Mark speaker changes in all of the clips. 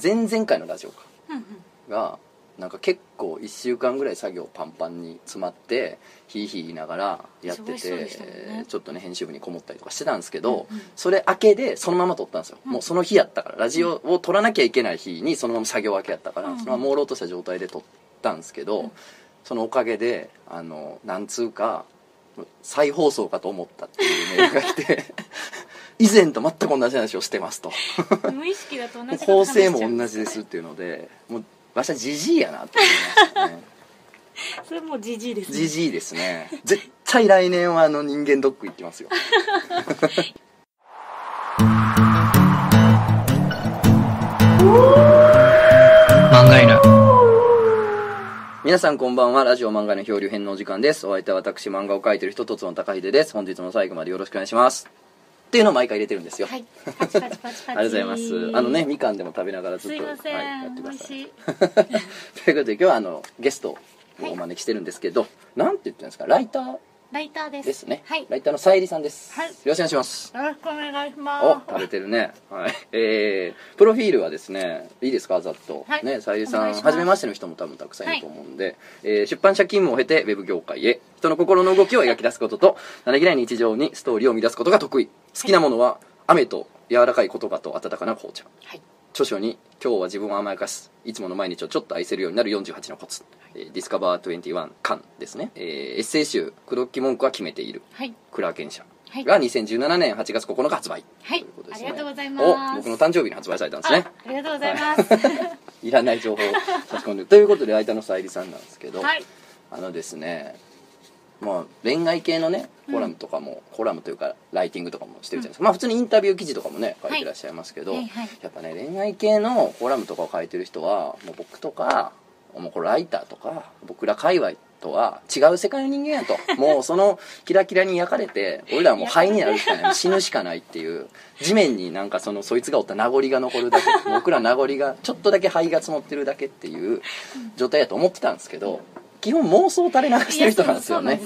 Speaker 1: 前々回のラジオか
Speaker 2: うんうん
Speaker 1: がなんか結構1週間ぐらい作業パンパンに詰まってヒーヒー言いながらやって
Speaker 2: 忙しそう
Speaker 1: て
Speaker 2: でしたもんね
Speaker 1: ちょっとね編集部にこもったりとかしてたんですけど、
Speaker 2: うんうん
Speaker 1: それ明けでそのまま撮ったんですよ、
Speaker 2: うん
Speaker 1: もうその日やったからラジオを撮らなきゃいけない日にそのまま作業明けやったから、
Speaker 2: うんうん
Speaker 1: そのまま朦朧とした状態で撮ったんですけど、
Speaker 2: うん
Speaker 1: そのおかげであのなんつうか再放送かと思ったっていうメールが来て 以前と全く同じ話をしてますと。
Speaker 2: 無意識だと同じ
Speaker 1: 構成も同
Speaker 2: じ
Speaker 1: じですっていうのでもうわしはジジイやなって思いました ね
Speaker 2: それもうじじいですね
Speaker 1: ジジイですね絶対来年はあの人間ドック行きますよ
Speaker 3: 漫画犬
Speaker 1: 皆さんこんばんはラジオ漫画の漂流編のお時間ですお相手は私漫画を描いてる人とつの高秀です本日も最後までよろしくお願いしますっていうのを毎回入れてるんですよ、
Speaker 2: はいパチパチパチパチ
Speaker 1: ありがとうございますあのねみかんでも食べながらずっ
Speaker 2: す
Speaker 1: と
Speaker 2: いません、
Speaker 1: はい、やってく
Speaker 2: 美
Speaker 1: だ
Speaker 2: 味
Speaker 1: さい
Speaker 2: しい
Speaker 1: ということで今日はあのゲストをお招きしてるんですけど、なんて言ってるんですかライター
Speaker 2: ライターです
Speaker 1: ですね、
Speaker 2: はい
Speaker 1: ライターのさゆりさんです、
Speaker 2: はい
Speaker 1: よろしくお願いします
Speaker 2: よろしくお願いします
Speaker 1: お食べてるねはいえー、プロフィールはですねいいですかざっと、
Speaker 2: はい
Speaker 1: ねさゆりさ
Speaker 2: お
Speaker 1: ん
Speaker 2: 願いします
Speaker 1: 初めましての人も多分たくさんいると思うんで、えー出版社勤務を経てウェブ業界へ人の心の動きを描き出すことと何気ない日常にストーリーを生み出すことが得意好きなものは雨と柔らかい言葉と温かな紅茶
Speaker 2: はい
Speaker 1: 著書に「今日は自分を甘やかすいつもの毎日をちょっと愛せるようになる48のコツ」えー「ディスカバー21巻」ですね、えーエッセイ集「黒木文句は決めている
Speaker 2: はい」
Speaker 1: クラーケン社
Speaker 2: はい
Speaker 1: が2017年8月9日発売
Speaker 2: はい
Speaker 1: ということで
Speaker 2: あ
Speaker 1: す
Speaker 2: り
Speaker 1: ね
Speaker 2: がとうございます
Speaker 1: お僕の誕生日に発売されたんですね
Speaker 2: あありがとうございます
Speaker 1: いらない情報を差し込んでるということで相田のさゆりさんなんですけど、
Speaker 2: はい
Speaker 1: あのですねまあ恋愛系のねコラムとかも、コラムというかライティングとかもしてるじゃないですか、まあ普通にインタビュー記事とかもね書いてらっしゃいますけど、
Speaker 2: はいはい
Speaker 1: やっぱね恋愛系のコラムとかを書いてる人はもう僕とかもうこれライターとか僕ら界隈とは違う世界の人間やともうそのキラキラに焼かれて俺らはもう灰になるしかない死ぬしかないっていう地面になんかそのそいつがおった名残が残るだけ僕ら名残がちょっとだけ灰が積もってるだけっていう状態やと思ってたんですけど基本妄想を垂れ流してる人なんですよ
Speaker 2: いや
Speaker 1: ね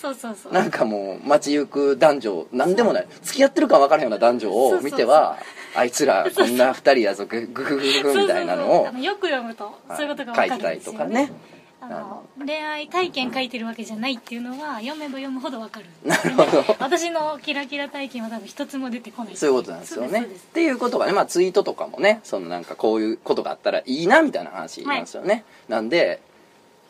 Speaker 2: そうそうそうな
Speaker 1: なん
Speaker 2: ですよそうそうそう
Speaker 1: かも
Speaker 2: ん
Speaker 1: う街行く男女何でもない付き合ってるか分からへんような男女を見てはあいつらこんな二人やぞグググググみたいなのを
Speaker 2: そうそうそうあのよく読むとそういうことが
Speaker 1: 書
Speaker 2: 分
Speaker 1: い
Speaker 2: か
Speaker 1: てた
Speaker 2: る
Speaker 1: り
Speaker 2: んで
Speaker 1: と
Speaker 2: すよ、ね、
Speaker 1: かね
Speaker 2: あ
Speaker 1: なる
Speaker 2: の恋愛体験書いてるわけじゃないっていうのは読めば読むほど分かる
Speaker 1: なるほど
Speaker 2: 私のキラキラ体験は多分一つも出てこない
Speaker 1: そういうことなんですよね
Speaker 2: そ
Speaker 1: っ
Speaker 2: うです
Speaker 1: ていうことがね、まあ、ツイートとかもねそのなんかこういうことがあったらいいなみたいな話なんですよね、なんで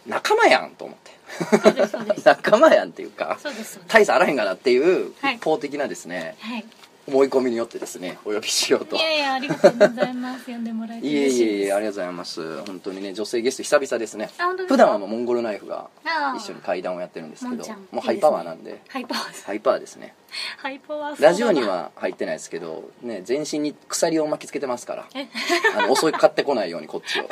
Speaker 1: 仲間やんと思って
Speaker 2: そうですそうです
Speaker 1: 仲間やんっていうか
Speaker 2: そうですそうです
Speaker 1: 大差あらへんかなっていう
Speaker 2: はい
Speaker 1: 一方的なですね、
Speaker 2: はい
Speaker 1: 思い込みによってですねお呼びしようと
Speaker 2: いやいやありがとうございます読んでもらえて
Speaker 1: いえ
Speaker 2: 嬉し
Speaker 1: い
Speaker 2: いです
Speaker 1: えいえありがとうございます本当にね女性ゲスト久々ですね
Speaker 2: あ本当ですか
Speaker 1: 普段はもうモンゴルナイフが
Speaker 2: ああ
Speaker 1: 一緒に会談をやってるんですけ
Speaker 2: もん
Speaker 1: ど
Speaker 2: ちゃん
Speaker 1: もうハイパワーなんで
Speaker 2: ハイパー
Speaker 1: ハイパワーですね
Speaker 2: ハイパーはそうだな
Speaker 1: ラジオには入ってないですけど、ね、全身に鎖を巻きつけてますから
Speaker 2: え
Speaker 1: あの襲いかかってこないようにこっ ちをこ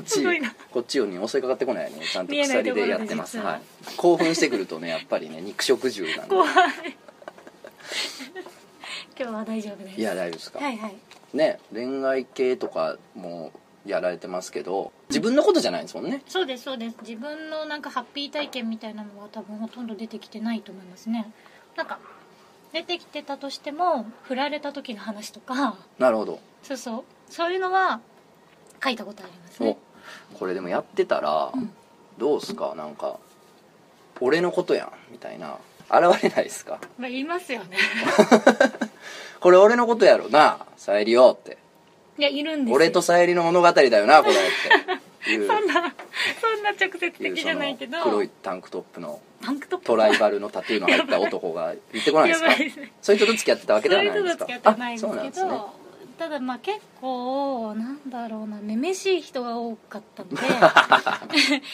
Speaker 1: っち
Speaker 2: すごいな
Speaker 1: こっちをに襲いかかってこないようにちゃんと
Speaker 2: 見えない
Speaker 1: 鎖
Speaker 2: ところ
Speaker 1: でや
Speaker 2: で
Speaker 1: ってます、
Speaker 2: 実は
Speaker 1: はい、興奮してくるとねやっぱりね肉食獣なんで
Speaker 2: 怖い今日は大丈夫です
Speaker 1: いや大丈夫ですか、
Speaker 2: はいはい
Speaker 1: ね恋愛系とかもやられてますけど自分のことじゃないんですもんね
Speaker 2: そうですそうです自分のなんかハッピー体験みたいなのは多分ほとんど出てきてないと思いますねなんか出てきてたとしても振られた時の話とか
Speaker 1: なるほど
Speaker 2: そうそうそういうのは書いたことあります
Speaker 1: お
Speaker 2: ね
Speaker 1: これでもやってたら、
Speaker 2: うん
Speaker 1: どうすかなんか「俺のことやん」みたいな現れないですか
Speaker 2: まあ言いますよね
Speaker 1: 「これ俺のことやろなさゆりよ」って
Speaker 2: いやいるん
Speaker 1: 「
Speaker 2: ですよ
Speaker 1: 俺とさゆりの物語だよなこれ」っていう
Speaker 2: そんなそんな直接
Speaker 1: いう
Speaker 2: 的じゃないけど
Speaker 1: その黒いタンクトップの
Speaker 2: タンクトップ
Speaker 1: トライバルのタトゥーの入 った男が言ってこないですか
Speaker 2: やばいですね
Speaker 1: そういう人と付き合ってたわけで
Speaker 2: そう
Speaker 1: は
Speaker 2: いう
Speaker 1: ないんで
Speaker 2: 人
Speaker 1: す
Speaker 2: と
Speaker 1: か
Speaker 2: 付き合ってないんです
Speaker 1: あそうな
Speaker 2: け
Speaker 1: んで
Speaker 2: ど
Speaker 1: すね
Speaker 2: ただまあ結構なんだろうなめめしい人が多かったの でい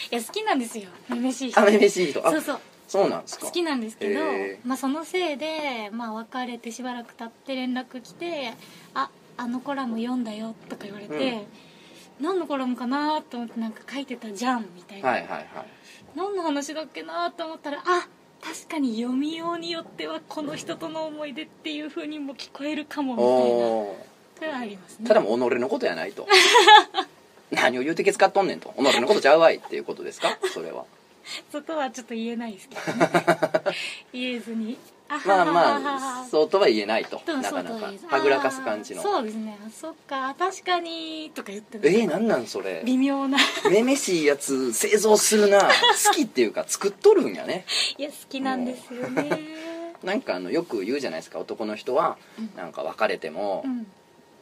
Speaker 2: や好きなんですよめめしい人
Speaker 1: あめめしい人あ
Speaker 2: そうそう
Speaker 1: そうなんですか
Speaker 2: 好きなんですけど、
Speaker 1: へー
Speaker 2: まあ、そのせいで、まあ、別れてしばらく経って連絡来て「ああのコラム読んだよ」とか言われて、何のコラムかなと思ってなんか書いてたじゃんみたいな、
Speaker 1: はいはいはい
Speaker 2: 何の話だっけなと思ったらあ確かに読みようによってはこの人との思い出っていう風にも聞こえるかもみたいな
Speaker 1: おー
Speaker 2: それはありますね
Speaker 1: ただもう己のことや ないと何を言うてけつかっとんねんと己のことちゃうわいっていうことですかそれは
Speaker 2: そこはちょっと言えないですけどね言えずに
Speaker 1: まあ
Speaker 2: ははは
Speaker 1: まあ
Speaker 2: は
Speaker 1: そうとは言えないと
Speaker 2: でも
Speaker 1: な
Speaker 2: そ
Speaker 1: か
Speaker 2: うと
Speaker 1: な
Speaker 2: は
Speaker 1: か
Speaker 2: 言えず
Speaker 1: はぐらかす感じの
Speaker 2: あーそうですねあそっか確かにとか言って
Speaker 1: えー、なんなんそれ
Speaker 2: 微妙な
Speaker 1: めめしいやつ製造するな好きっていうか作っとるんやね
Speaker 2: いや好きなんですよね
Speaker 1: なんかあのよく言うじゃないですか男の人はなんか別れても、
Speaker 2: うん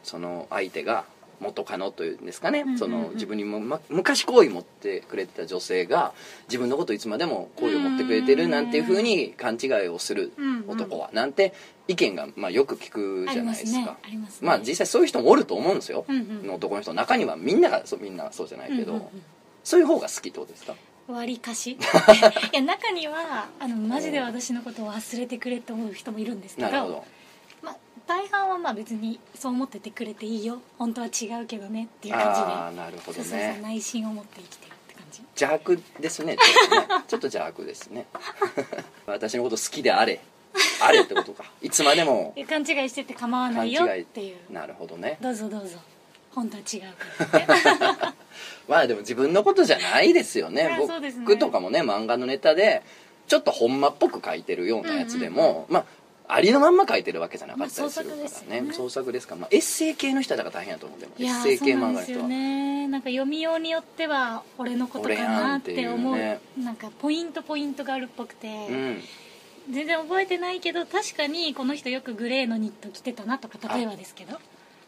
Speaker 1: その相手が元カノというんですかね、
Speaker 2: うんうんうん
Speaker 1: その自分にも、ま、昔好意持ってくれてた女性が自分のこといつまでも好意を持ってくれてるなんていうふうに勘違いをする
Speaker 2: うんうん
Speaker 1: 男はなんて意見が、まあ、よく聞く
Speaker 2: あ
Speaker 1: じ
Speaker 2: り
Speaker 1: ゃな
Speaker 2: ま
Speaker 1: いですすか
Speaker 2: ねありますね
Speaker 1: まあ実際そういう人もおると思うんですよ、
Speaker 2: うんうん
Speaker 1: の男の人中にはみんながそうみんなそうじゃないけど、
Speaker 2: うんうんうん
Speaker 1: そういう方が好きってことですか
Speaker 2: 割り かしいや中にはあのマジで私のことを忘れてくれって思う人もいるんですけど
Speaker 1: なるほど
Speaker 2: まあ、大半はまあ別にそう思っててくれていいよ本当は違うけどねっていう感じで
Speaker 1: ああーなるほど
Speaker 2: そうそうそう
Speaker 1: ね
Speaker 2: 内心を持って生きてるって感じ
Speaker 1: 邪悪ですねち ょっとねちょっと邪悪ですね 私のこと好きであれあれってことかいつまでも
Speaker 2: で勘違いしてて構わないよっていう
Speaker 1: なるほどね
Speaker 2: どうぞどうぞ本当は違うから、ね、
Speaker 1: まあでも自分のことじゃないですよね
Speaker 2: あそうですね
Speaker 1: 僕とかもね漫画のネタでちょっとほんまっぽく書いてるようなやつでも、まあありのまんま書いてるわけじゃなかったりするからね,、
Speaker 2: まあ創作ですよね
Speaker 1: 創作ですから、まあ、エッセイ系の人はだから大変やと思っても
Speaker 2: い
Speaker 1: エ
Speaker 2: や
Speaker 1: ッセ
Speaker 2: ー
Speaker 1: イ
Speaker 2: そう
Speaker 1: 系
Speaker 2: な
Speaker 1: 漫画
Speaker 2: んで
Speaker 1: の
Speaker 2: す
Speaker 1: 人
Speaker 2: よ
Speaker 1: は、
Speaker 2: ねなんか読みようによっては俺のことかなって思う
Speaker 1: 俺やんって
Speaker 2: なんかポイントポイントがあるっぽくて、
Speaker 1: うん
Speaker 2: 全然覚えてないけど確かにこの人よくグレーのニット着てたなとか例えばですけど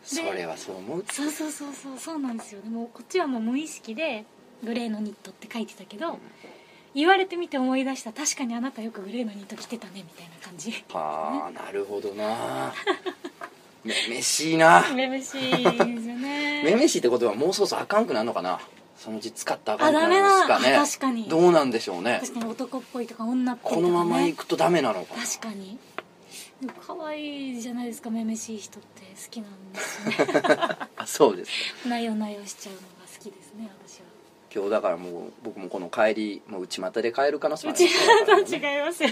Speaker 1: それはそう思う
Speaker 2: そうそうそうそうそうなんですよでもこっちはもう無意識でグレーのニットって書いてたけど、言われてみて思い出した確かにあなたよくグレーのニット着てたねみたいな感 じ
Speaker 1: はあなるほど なめめしいな
Speaker 2: めめしいですよね
Speaker 1: めめしいってことはもうそろそろあかんくなるのかなそのうち使ったらあかんくなる
Speaker 2: あダ
Speaker 1: ん
Speaker 2: メだ
Speaker 1: ですかね
Speaker 2: 確かに
Speaker 1: どうなんでしょうね
Speaker 2: 確かに男っぽいとか女っぽいと
Speaker 1: こ
Speaker 2: か、
Speaker 1: の
Speaker 2: ね、
Speaker 1: まま行くとダメなのかな
Speaker 2: 確かにでも可愛いじゃないですかめめしい人って好きなんですよね
Speaker 1: あそうです
Speaker 2: なよなよしちゃうのが好きですね私は
Speaker 1: 今日だからもう僕もこの帰りもう内股で帰る可能性も
Speaker 2: う
Speaker 1: あり
Speaker 2: ち
Speaker 1: ますから
Speaker 2: と
Speaker 1: ね
Speaker 2: 違いますよ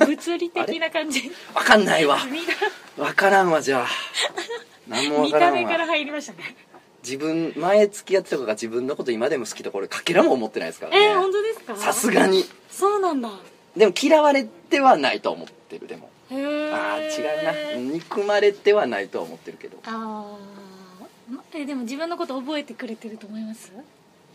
Speaker 2: ね物理的な感じ
Speaker 1: わかんないわ
Speaker 2: 見
Speaker 1: わからんわじゃあ何もわ
Speaker 2: 見
Speaker 1: から
Speaker 2: た
Speaker 1: ん
Speaker 2: 目から
Speaker 1: わ
Speaker 2: 入りましたね
Speaker 1: 自分前付き合ってた子が自分のこと今でも好きとこれかけらも思ってないですからね
Speaker 2: えー、本当ですか
Speaker 1: さすがに
Speaker 2: そうなんだ
Speaker 1: でも嫌われてはないと思ってるでも
Speaker 2: へえ
Speaker 1: ああ違うな憎まれてはないとは思ってるけど
Speaker 2: あーまえでも自分のこと覚えてくれてると思います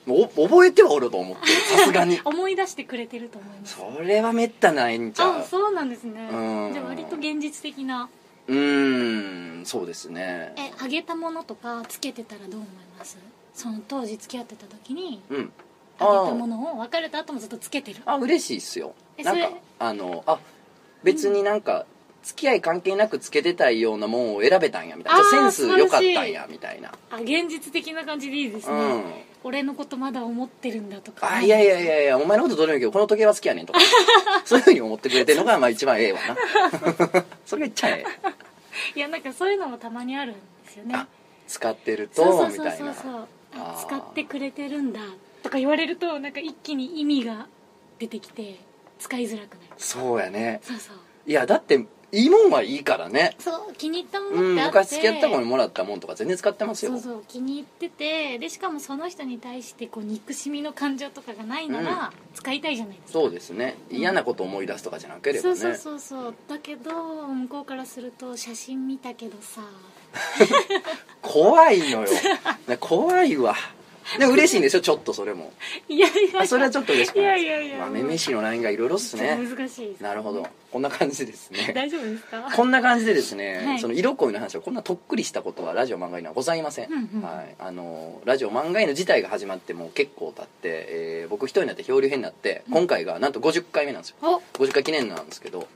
Speaker 1: お覚えてはおると思ってるさすがに
Speaker 2: 思い出してくれてると思いま す
Speaker 1: それはめったないんちゃ
Speaker 2: あ
Speaker 1: う
Speaker 2: そうなんですね
Speaker 1: うん
Speaker 2: じゃあ割と現実的な
Speaker 1: うーんそうですね
Speaker 2: えあげたものとかつけてたらどう思いますその当時付き合ってた時に
Speaker 1: うん
Speaker 2: あげたものを別れた後もずっとつけてる
Speaker 1: あ嬉しいっすよ
Speaker 2: え
Speaker 1: なんか
Speaker 2: それ
Speaker 1: あのあ別になんか付き合い関係なくつけてたいようなもんを選べたんやみたいな
Speaker 2: あー
Speaker 1: じゃあセンス良かったんやみたいな
Speaker 2: あ現実的な感じでいいです
Speaker 1: う
Speaker 2: ね、
Speaker 1: ん
Speaker 2: 俺のことまだ思ってるんだとか
Speaker 1: あいやいやいやいやお前のことどうでもいいけどこの時計は好きやねんと かそういうふうに思ってくれてるのがまあ一番ええわな それがいっちゃええ
Speaker 2: いやなんかそういうのもたまにあるんですよね
Speaker 1: あ使ってる
Speaker 2: そう
Speaker 1: と
Speaker 2: そう
Speaker 1: み
Speaker 2: そう
Speaker 1: たい
Speaker 2: そう
Speaker 1: な
Speaker 2: そうあ
Speaker 1: あー
Speaker 2: 使ってくれてるんだとか言われるとなんか一気に意味が出てきて使いづらくなる
Speaker 1: そうやね
Speaker 2: そうそう
Speaker 1: いやだっていいもんはいいからね
Speaker 2: そう気に入ったも
Speaker 1: う
Speaker 2: のっ
Speaker 1: ん
Speaker 2: てあって、
Speaker 1: 昔付き合った子にもらったもんとか全然使ってますよ
Speaker 2: そうそう気に入っててでしかもその人に対してこう憎しみの感情とかがないなら使いたいじゃないですか、
Speaker 1: そうですね嫌なこと思い出すとかじゃなければ
Speaker 2: そ
Speaker 1: ね
Speaker 2: うそうそうそうだけど向こうからすると写真見たけどさ
Speaker 1: 怖い のよね怖いわでも嬉しいんでしょちょっとそれも
Speaker 2: いやいやいや
Speaker 1: あそれはちょっと嬉しくない
Speaker 2: いやいやいや
Speaker 1: まあめめしいのラインがいろいろっす
Speaker 2: ちょっ
Speaker 1: ね
Speaker 2: と 難しいです
Speaker 1: なるほどこんな感じですね
Speaker 2: 大丈夫ですか
Speaker 1: こんな感じでですね、
Speaker 2: はい
Speaker 1: その色恋の話をこんなとっくりしたことはラジオ漫画にはございません、
Speaker 2: うんうん
Speaker 1: はい、あのラジオ漫画の自体が始まってもう結構経って、えー僕一人になって漂流編になって今回がなんと50回目なんですよ
Speaker 2: お
Speaker 1: 50回記念なんですけど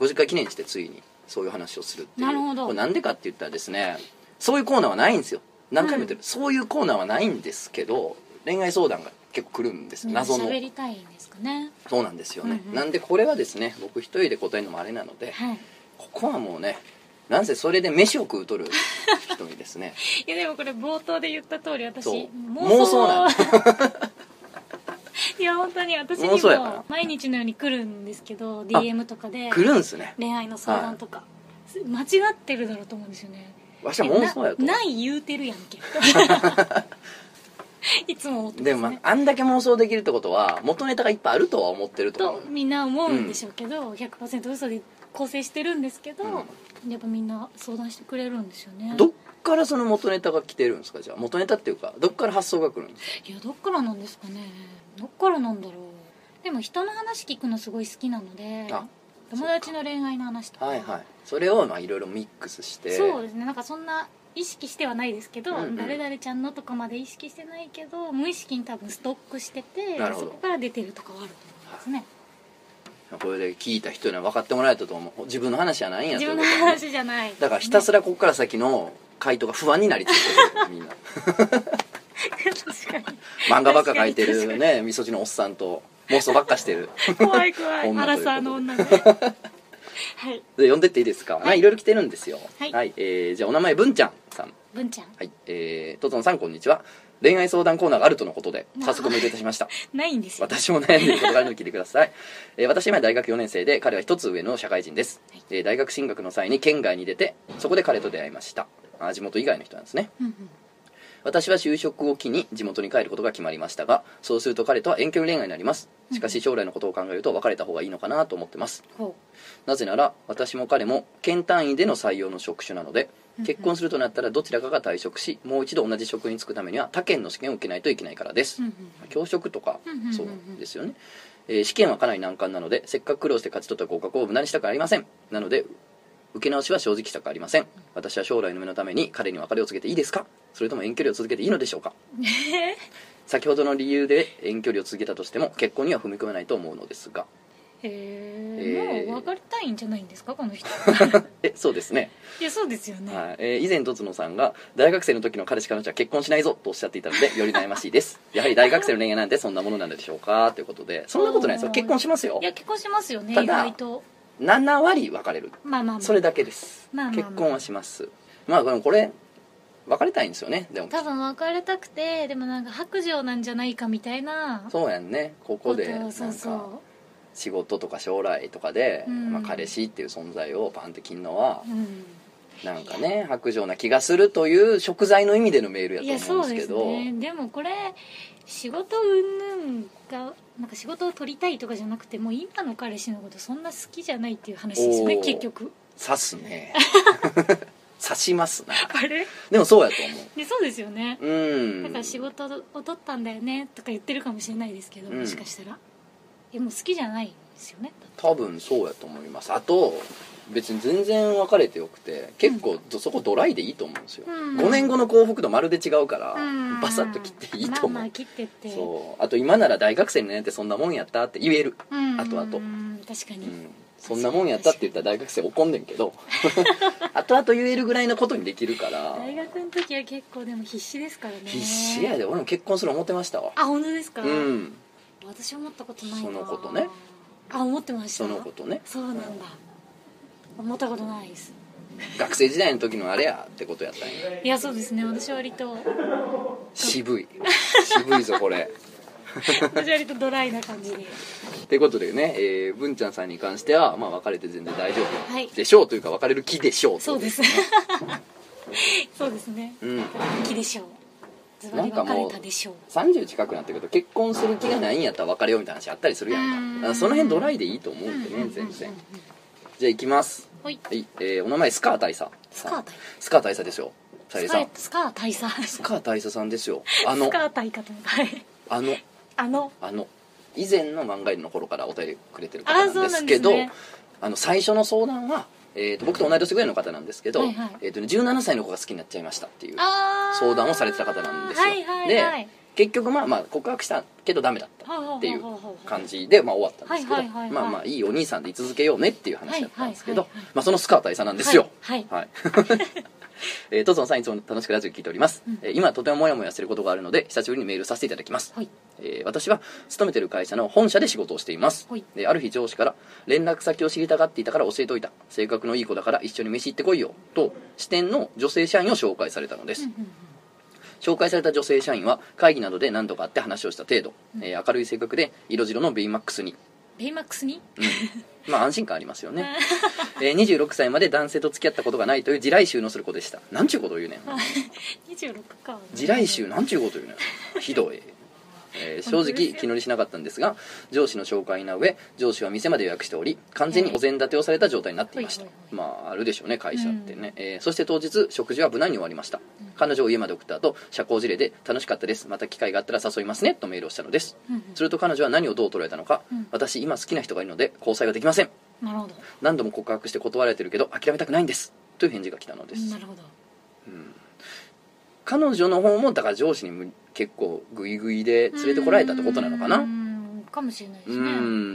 Speaker 1: 50回記念してついにそういう話をするっていう
Speaker 2: なるほど
Speaker 1: これなんでかって言ったらですねそういうコーナーはないんですよ何回も言ってる、そういうコーナーはないんですけど恋愛相談が結構来るんです
Speaker 2: みんな
Speaker 1: 謎の
Speaker 2: 喋りたいんですかね
Speaker 1: そうなんですよね、
Speaker 2: うんうん
Speaker 1: なんでこれはですね僕一人で答えるのもあれなので
Speaker 2: はい
Speaker 1: ここはもうねなんせそれで飯を食うとる人にです ね
Speaker 2: いやでもこれ冒頭で言った通り私
Speaker 1: そう
Speaker 2: 妄
Speaker 1: 妄想なの
Speaker 2: いや本当に私に
Speaker 1: 妄想やから
Speaker 2: も毎日のように来るんですけど DM とかで
Speaker 1: 来るんすね
Speaker 2: 恋愛の相談とか、間違ってるだろうと思うんですよね
Speaker 1: わしは妄想やと
Speaker 2: なない言うてるやん けいつも思って
Speaker 1: で
Speaker 2: ま
Speaker 1: も
Speaker 2: す
Speaker 1: ま
Speaker 2: ね
Speaker 1: ああんだけ妄想できるってことは元ネタがいっぱいあるとは思ってると思
Speaker 2: と
Speaker 1: う
Speaker 2: みんな思うんでしょうけど、100%嘘で構成してるんですけど、
Speaker 1: う
Speaker 2: やっぱみんな相談してくれるんですよね
Speaker 1: どっからその元ネタが来てるんですかじゃあ元ネタっていうかどっから発想が来るんですか
Speaker 2: いやどっからなんですかねどっからなんだろうでも人の話聞くのすごい好きなので
Speaker 1: あ
Speaker 2: 友達の恋愛の話とか
Speaker 1: はいはいそれをまあいろいろミックスして
Speaker 2: そうですねなんかそんな意識してはないですけど、
Speaker 1: うんうん
Speaker 2: 誰々ちゃんのとかまで意識してないけど無意識に多分ストックしてて
Speaker 1: なるほど
Speaker 2: そこから出てるとかはあると思いますね
Speaker 1: これで聞いた人には分かってもらえたと思う自分の話じゃないんやと
Speaker 2: 自
Speaker 1: いう
Speaker 2: 分
Speaker 1: こ
Speaker 2: の
Speaker 1: とはね
Speaker 2: 話じゃない
Speaker 1: だからひた
Speaker 2: す
Speaker 1: すらここから先の回答が不安になりつつあ るみんな
Speaker 2: ら確か
Speaker 1: 漫画ばっか書いてるねみそじのおっさんと妄想ばっかしてる
Speaker 2: に怖い怖い
Speaker 1: 女
Speaker 2: ア
Speaker 1: ということで
Speaker 2: ラサーの女ではい
Speaker 1: で読んでっていいですか、
Speaker 2: い
Speaker 1: まあいろいろ来てるんですよ
Speaker 2: はい
Speaker 1: えーじゃあお名前文ちゃんさん
Speaker 2: 文ちゃん
Speaker 1: はいえー、とつのさんこんにちは恋愛相談コーナーがあるとのことで早速メールいたしました
Speaker 2: ないんですよ
Speaker 1: 私も悩んでいることがあるので聞いてください、えー私は今大学4年生で彼は一つ上の社会人です、えー大学進学の際に県外に出てそこで彼と出会いましたあ地元以外の人なんですね
Speaker 2: うんうん
Speaker 1: 私は就職を機に地元に帰ることが決まりましたがそうすると彼とは遠距離恋愛になりますしかし将来のことを考えると別れた方がいいのかなと思ってます
Speaker 2: ほ
Speaker 1: なぜなら私も彼も県単位での採用の職種なので
Speaker 2: うんうん
Speaker 1: 結婚するとなったらどちらかが退職しもう一度同じ職に就くためには他県の試験を受けないといけないからです
Speaker 2: う、うんうん
Speaker 1: 教職とか
Speaker 2: うんうんうんうん
Speaker 1: そうですよね、えー試験はかなり難関なのでせっかく苦労して勝ち取った合格を無駄にしたくありませんなので受け直しは正直したくありません私は将来の夢のために彼に別れを告げていいですかそれとも遠距離を続けていいのでしょう か先ほどの理由で遠距離を続けたとしても結婚には踏み込めないと思うのですが
Speaker 2: え
Speaker 1: えー
Speaker 2: ー、もう別れたいんじゃないんですかこ の人
Speaker 1: えそうですね、
Speaker 2: いやそうですよね、
Speaker 1: はいえー以前とつのさんが大学生の時の彼氏彼女は結婚しないぞとおっしゃっていたのでより悩ましいです やはり大学生の恋愛なんてそんなものなんでしょうかということでそんなことないですよ結婚しますよ
Speaker 2: いや結婚しますよね
Speaker 1: た
Speaker 2: 意
Speaker 1: だ
Speaker 2: 外と
Speaker 1: 7割別れる
Speaker 2: まあまあまあ
Speaker 1: それだけです、
Speaker 2: まあまあまあ
Speaker 1: 結婚はしますまあでもこれ別れたいんですよねでも
Speaker 2: 多分別れたくてでもなんか白状なんじゃないかみたいな
Speaker 1: そうやんねここでなん
Speaker 2: そう
Speaker 1: か
Speaker 2: そ
Speaker 1: 仕事とか将来とかで、
Speaker 2: うん
Speaker 1: まあ、彼氏っていう存在をバンって切んのは
Speaker 2: う、うん、
Speaker 1: なんかね白状な気がするという食材の意味でのメール
Speaker 2: いや
Speaker 1: やと
Speaker 2: そ
Speaker 1: 思う
Speaker 2: うんで
Speaker 1: です
Speaker 2: す
Speaker 1: けど
Speaker 2: ねでもこれ仕事云々がなんか仕事を取りたいとかじゃなくてもう今の彼氏のことそんな好きじゃないっていう話ですよね
Speaker 1: おー
Speaker 2: 結局
Speaker 1: 刺すね 刺しますな
Speaker 2: あれ
Speaker 1: でもそうやと思う
Speaker 2: でそうですよね
Speaker 1: うん
Speaker 2: だから仕事を取ったんだよねとか言ってるかもしれないですけど、
Speaker 1: うん
Speaker 2: もしかしたらえもう好きじゃないんですよね
Speaker 1: 多分そうやと思いますあと別に全然別れてよくて結構どそこドライでいいと思うんですよ、
Speaker 2: うん
Speaker 1: 5年後の幸福度まるで違うから、
Speaker 2: うん
Speaker 1: バサッと切っていいと思う、
Speaker 2: まあまあ切ってって
Speaker 1: そうあと今なら大学生になってそんなもんやったって言える、
Speaker 2: うん
Speaker 1: あとあと
Speaker 2: うん確かに、
Speaker 1: うん、そんなもんやったって言ったら大学生怒んねんけ ど後々言えるぐらいのことにできるから
Speaker 2: 大学の時は結構でも必死ですからね
Speaker 1: 必死やで俺も結婚する思ってましたわ
Speaker 2: あ本当ですか、
Speaker 1: うん
Speaker 2: 私思ったことないな
Speaker 1: そのことね
Speaker 2: あ思ってました
Speaker 1: そのことね
Speaker 2: そうなんだ思ったことないです
Speaker 1: 学生時代の時のあれやってことやったんや
Speaker 2: いやそうですね私は割と
Speaker 1: 渋い渋いぞこれ
Speaker 2: 私は割とドライな感じで
Speaker 1: ということでね、えー文ちゃんさんに関しては、まあ、別れて全然大丈
Speaker 2: はい
Speaker 1: 夫でしょうというか別れる気でしょう
Speaker 2: そうです そうですね
Speaker 1: うん
Speaker 2: 気でしょうズバリ別れたでしょう
Speaker 1: 30近くなってくると結婚する気がないんやったら別れようみたいな話あったりするやんか
Speaker 2: うん
Speaker 1: だからその辺ドライでいいと思うんでね全然じゃあ行きます
Speaker 2: ほい
Speaker 1: はい、えーお名前スカー大佐
Speaker 2: スカー大
Speaker 1: スカー大佐ですよさゆり
Speaker 2: ス
Speaker 1: さ
Speaker 2: カ
Speaker 1: ん
Speaker 2: ースカー大佐ス
Speaker 1: スカー大佐さんですよあの
Speaker 2: カー大かと思ったはい
Speaker 1: あの
Speaker 2: あの
Speaker 1: あの以前の漫画犬の頃からお便りくれてる方なん
Speaker 2: あ
Speaker 1: で
Speaker 2: そうなん
Speaker 1: す
Speaker 2: で
Speaker 1: け
Speaker 2: す
Speaker 1: どあ
Speaker 2: ね
Speaker 1: の最初の相談は、えー、と僕と同い年ぐらいの方なんですけど、
Speaker 2: はいはい
Speaker 1: えーとね、17歳の子が好きになっちゃいましたっていう
Speaker 2: あー
Speaker 1: 相談をされてた方なんですよ、
Speaker 2: はいはいはい
Speaker 1: で結局まあまあ告白したけどダメだった
Speaker 2: ははははは
Speaker 1: っていう感じでまあ終わったんですけど、
Speaker 2: はいはいはいはい
Speaker 1: まあまあいいお兄さんで居続けようねっていう話だったんですけど、
Speaker 2: はいはいはいはい
Speaker 1: まあ、そのスカー大佐なんですよ
Speaker 2: はい
Speaker 1: はい、 えー、トツノさんいつも楽しくラジオ聞いております、
Speaker 2: うん
Speaker 1: えー今とてもモヤモヤしてることがあるので久しぶりにメールさせていただきます、
Speaker 2: はい
Speaker 1: えー私は勤めてる会社の本社で仕事をしています、
Speaker 2: はい
Speaker 1: である日上司から連絡先を知りたがっていたから教えておいた性格のいい子だから一緒に飯行ってこいよと支店の女性社員を紹介されたのです、
Speaker 2: うんうん
Speaker 1: 紹介された女性社員は会議などで何度か会って話をした程度、えー明るい性格で色白のベイマックスに
Speaker 2: ベイマックスに
Speaker 1: まあ安心感ありますよ ね、えー26歳まで男性と付き合ったことがないという地雷臭のする子でしたなんちゅうことを言うねん
Speaker 2: 26か
Speaker 1: 地雷臭なんちゅうこと言うねんひどいえー正
Speaker 2: 本当です
Speaker 1: 直
Speaker 2: よ
Speaker 1: 気乗りしなかったんですが上司の紹介な上上司は店まで予約しており完全にお膳立てをされた状態になっていました、
Speaker 2: はいはいはい
Speaker 1: まああるでしょうね会社ってね、えーそして当日食事は無難に終わりました、
Speaker 2: ん
Speaker 1: 彼女を家まで送った後社交辞令で「楽しかったですまた機会があったら誘いますね」とメールをしたのです、
Speaker 2: うん
Speaker 1: すると彼女は何をどう捉えたのか、
Speaker 2: うん
Speaker 1: 私今好きな人がいるので交際ができません
Speaker 2: なるほど
Speaker 1: 何度も告白して断られてるけど諦めたくないんですという返事が来たのです、
Speaker 2: なるほど
Speaker 1: 彼女の方もだから上司にむ結構グイグイで連れてこられたってことなのかな
Speaker 2: うー
Speaker 1: うん
Speaker 2: んかもしれないですね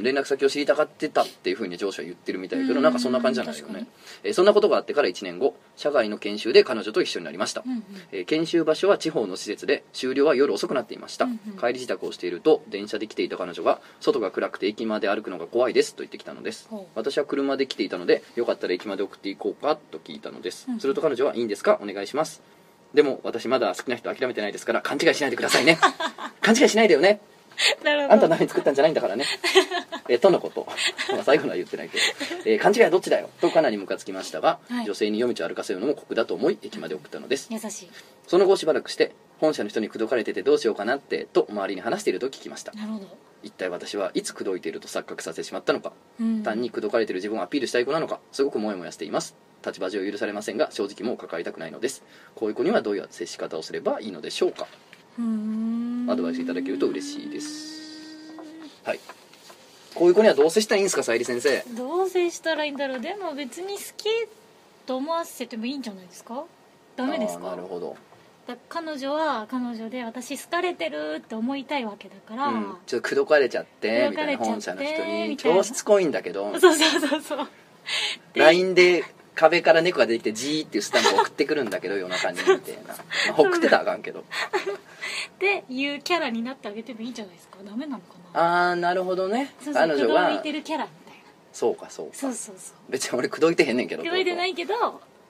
Speaker 1: 連絡先を知りたがってたっていうふうに上司は言ってるみたいだけ
Speaker 2: う
Speaker 1: ど
Speaker 2: ん
Speaker 1: なんかそんな感じじゃないよ
Speaker 2: 確
Speaker 1: ね
Speaker 2: か、
Speaker 1: えーそんなことがあってから1年後社外の研修で彼女と一緒になりました、
Speaker 2: うんうん
Speaker 1: えー研修場所は地方の施設で終了は夜遅くなっていました、
Speaker 2: うんうん
Speaker 1: 帰り支度をしていると電車で来ていた彼女が外が暗くて駅まで歩くのが怖いですと言ってきたのです
Speaker 2: ほう
Speaker 1: 私は車で来ていたのでよかったら駅まで送っていこうかと聞いたのです、
Speaker 2: うんうん
Speaker 1: すると彼女はいいんですかお願いしますでも私まだ好きな人諦めてないですから勘違いしないでください ね勘違いしないでよね
Speaker 2: なるほど
Speaker 1: あんた何作ったんじゃないんだからね えーとのこと、まあ、最後のは言ってないけど、えー勘違いはどっちだよとかなりムカつきましたが、
Speaker 2: はい
Speaker 1: 女性に夜道を歩かせるのも酷だと思い駅まで送ったのです
Speaker 2: 優しい
Speaker 1: その後しばらくして本社の人に口説かれててどうしようかなってと周りに話していると聞きました
Speaker 2: なるほど
Speaker 1: 一体私はいつ口説いていると錯覚させてしまったのか
Speaker 2: うん
Speaker 1: 単に口説かれている自分をアピールしたい子なのかすごくモヤモヤしています立場上許されませんが正直もう関わりたくないのですこういう子にはどういう接し方をすればいいのでしょうか
Speaker 2: うーん
Speaker 1: アドバイスいただけると嬉しいですはいこういう子にはどう接したらいいんですかさゆり先生
Speaker 2: どう接したらいいんだろうでも別に好きと思わせてもいいんじゃないですかダメです
Speaker 1: あーな
Speaker 2: か
Speaker 1: るほど、
Speaker 2: だから彼女は彼女で私好かれてるって思いたいわけだから、
Speaker 1: うん、ちょっと口説かれちゃってみたいな
Speaker 2: 口
Speaker 1: 本
Speaker 2: 説
Speaker 1: 社
Speaker 2: か
Speaker 1: の
Speaker 2: れちゃって
Speaker 1: 人に
Speaker 2: みたいな
Speaker 1: 超しつこいんだけど
Speaker 2: そうそうそうそう
Speaker 1: LINE で壁から猫が出てきてジーっていうスタンプ送ってくるんだけど夜中にみたいな、まあ、送ってたらあかんけど
Speaker 2: っていうキャラになってあげてもいいんじゃないですかダメなのかな
Speaker 1: ああなるほどね
Speaker 2: そうそう
Speaker 1: 彼女
Speaker 2: 口説
Speaker 1: はい
Speaker 2: てるキャラみたいな
Speaker 1: そうかそうか
Speaker 2: そうそうそう
Speaker 1: 別に俺口説いてへんねんけど
Speaker 2: 言われてないいけど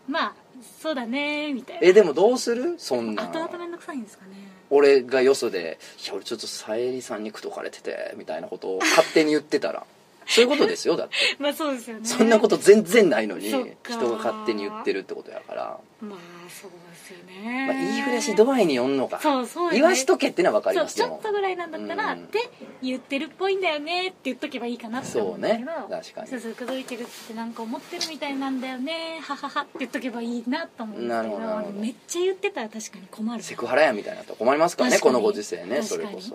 Speaker 2: まあそうだねみたいな
Speaker 1: えでもどうするそんなん
Speaker 2: 後々めんどくさいんですかね
Speaker 1: 俺がよそで「いや俺ちょっとさえりさんに口説かれてて」みたいなことを勝手に言ってたらそういうことですよだって
Speaker 2: まあそうです よね
Speaker 1: そんなこと全然ないのに
Speaker 2: そっ
Speaker 1: 人
Speaker 2: か
Speaker 1: が勝手に言ってるってことやから、
Speaker 2: まあそうですよね、
Speaker 1: まあ、言いふらし度合いによんのか
Speaker 2: そうそう
Speaker 1: 言わしと
Speaker 2: け
Speaker 1: けってのは分かります
Speaker 2: そう
Speaker 1: よ
Speaker 2: ちょっとぐらいなんだったら、
Speaker 1: うん
Speaker 2: って言ってるっぽいんだよねって言っとけばいいかなって思うんだけど
Speaker 1: そうね確かに
Speaker 2: そうそう口説いてるってなんか思ってるみたいなんだよねはははって言っとけばいいなと思うんです
Speaker 1: な
Speaker 2: けど
Speaker 1: るほどなるほど
Speaker 2: めっちゃ言ってたら確かに困る
Speaker 1: セクハラやみたいなと困りますからね
Speaker 2: 確か
Speaker 1: この
Speaker 2: に
Speaker 1: ご時世ねそ
Speaker 2: 確
Speaker 1: れ
Speaker 2: か
Speaker 1: こ
Speaker 2: に
Speaker 1: そ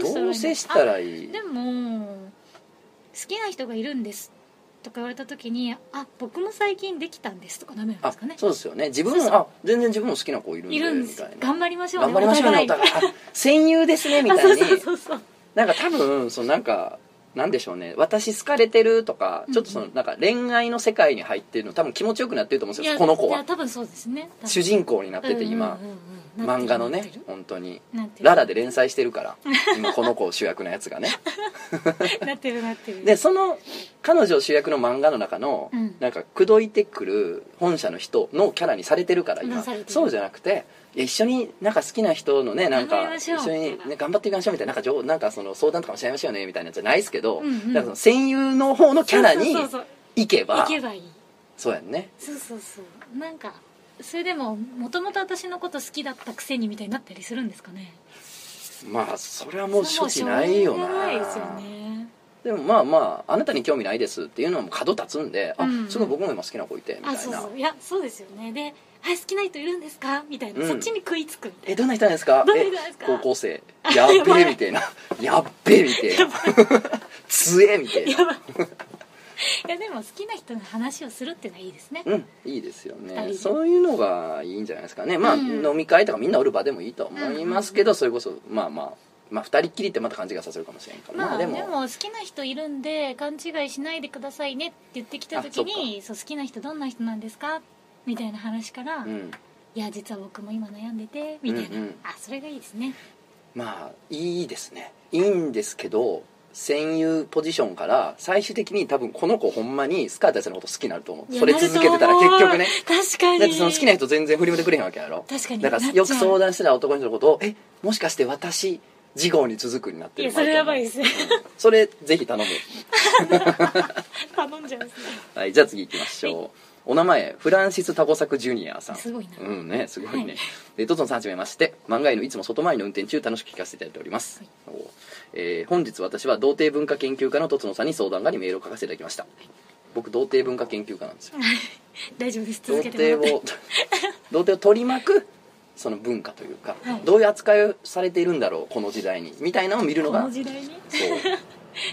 Speaker 2: ど
Speaker 1: どう
Speaker 2: う
Speaker 1: 接
Speaker 2: し
Speaker 1: したた
Speaker 2: らい
Speaker 1: らい
Speaker 2: い
Speaker 1: い
Speaker 2: のでも好きな人がいるんですとか言われた時に「あ僕も最近できたんです」とかダメなんで
Speaker 1: あ
Speaker 2: すかね
Speaker 1: そうですよね自分
Speaker 2: そうそう
Speaker 1: あ全然自分も好きな子いるんで
Speaker 2: いるんで
Speaker 1: み
Speaker 2: す
Speaker 1: たいな
Speaker 2: 頑張りましょう
Speaker 1: 頑張りましょうねお
Speaker 2: お互い
Speaker 1: 互いあ戦友ですねみ
Speaker 2: あ
Speaker 1: たい
Speaker 2: そう
Speaker 1: に
Speaker 2: そうそうそう
Speaker 1: なんか多分そのなんかなんでしょうね私好かれてるとか
Speaker 2: うん
Speaker 1: ちょっとそのなんか恋愛の世界に入ってるの多分気持ちよくなってると思うん
Speaker 2: い
Speaker 1: です
Speaker 2: や
Speaker 1: よこの子
Speaker 2: いや
Speaker 1: は
Speaker 2: 多分そうですね多分
Speaker 1: 主人公になってて今
Speaker 2: うんうんうんうん
Speaker 1: 漫画の
Speaker 2: なっ
Speaker 1: ね
Speaker 2: てる
Speaker 1: 本当に
Speaker 2: なってる
Speaker 1: ララで連載してる から今この子を主役のやつがね
Speaker 2: なってるなってる
Speaker 1: でその彼女主役の漫画の中の、
Speaker 2: うん
Speaker 1: なんか口説いてくる本社の人のキャラにされてるから
Speaker 2: う
Speaker 1: 今
Speaker 2: んされてる
Speaker 1: そうじゃなくていや一緒になんか好きな人のねなん
Speaker 2: 頑張り
Speaker 1: か
Speaker 2: ま
Speaker 1: 一
Speaker 2: しょう
Speaker 1: 緒に
Speaker 2: みた、い
Speaker 1: ね、
Speaker 2: な
Speaker 1: 頑張っていきましょうみたいななんか情なんかその相談とかもしちゃいましょうねみたいなやつじゃないですけど、
Speaker 2: うんうん
Speaker 1: なんかその戦友の方のキャラに
Speaker 2: そうそうそう
Speaker 1: 行けば
Speaker 2: 行けばいい
Speaker 1: そうやんね
Speaker 2: そうそうそうなんかそれでももともと私のこと好きだったくせにみたいになったりするんですかね
Speaker 1: まあそれはもう
Speaker 2: そ
Speaker 1: 処
Speaker 2: れ
Speaker 1: 置ないよ
Speaker 2: しょ
Speaker 1: な
Speaker 2: うがないですよね
Speaker 1: でもまあまああなたに興味ないですっていうのはもう角立つんで、
Speaker 2: うん
Speaker 1: あすごい僕も今好きな子いてみたい
Speaker 2: あ
Speaker 1: な
Speaker 2: そうそういやそうですよねで「あ好きな人いるんですか?」みたいな、
Speaker 1: うん
Speaker 2: そっちに食いつくみたい
Speaker 1: えどんな人なんですか
Speaker 2: どんな人
Speaker 1: え
Speaker 2: なんですか
Speaker 1: 高校生やっべえみたいな やっべえみたいな強えみたい
Speaker 2: なや
Speaker 1: な
Speaker 2: ばいいやでも好きな人の話をするっていうのはいいですね、
Speaker 1: うんいいですよ
Speaker 2: 二人
Speaker 1: ね
Speaker 2: で
Speaker 1: そういうのがいいんじゃないですかねまあ、
Speaker 2: うん
Speaker 1: 飲み会とかみんなおる場でもいいと思いますけど、それこそまあまあまあ2人っきりってまた感じがさせるかもしれんから、
Speaker 2: まあ、
Speaker 1: で
Speaker 2: で
Speaker 1: も
Speaker 2: も好きな人いるんで勘違いしないでくださいねって言ってきた時にそう好きな人どんな人なんですかみたいな話から、
Speaker 1: う
Speaker 2: い
Speaker 1: ん
Speaker 2: や実は僕も今悩んでてみたいな、
Speaker 1: うんうん
Speaker 2: あそれがいいですね
Speaker 1: まあいいですねいいんですけど戦友ポジションから最終的に多分この子ほんまにスカートやつのこと好きになると思う
Speaker 2: いや
Speaker 1: それ続けてたら
Speaker 2: なると
Speaker 1: 結
Speaker 2: 思う
Speaker 1: 局ね
Speaker 2: 確かに
Speaker 1: だってその好きな人全然振り向いてくれへんわけやろ
Speaker 2: 確かに
Speaker 1: だから
Speaker 2: なっちゃう
Speaker 1: よく相談してた男の人のことを「えもしかして私次号に続く」になってる
Speaker 2: いやそれやばいですね
Speaker 1: うんそれぜひ頼む、
Speaker 2: 頼んじゃうんですね
Speaker 1: はい、じゃあ次行きましょうお名前フランシス・タコサク・ジュニアさん
Speaker 2: すごいな
Speaker 1: うんねすごいね、
Speaker 2: はい
Speaker 1: でトトンさんはじめまして漫画へのいつも外回りの運転中楽しく聞かせていただいております、おうえー本日私は童貞文化研究家のトトンさんに相談がありメールを書かせていただきました僕童貞文化研究家なんですよ
Speaker 2: 大丈夫です
Speaker 1: 童
Speaker 2: 続けて
Speaker 1: 貞
Speaker 2: もらって
Speaker 1: を童貞を取り巻くその文化というか、
Speaker 2: はい
Speaker 1: どういう扱いをされているんだろうこの時代にみたいなのを見るの
Speaker 2: こ
Speaker 1: が
Speaker 2: の時代に
Speaker 1: そう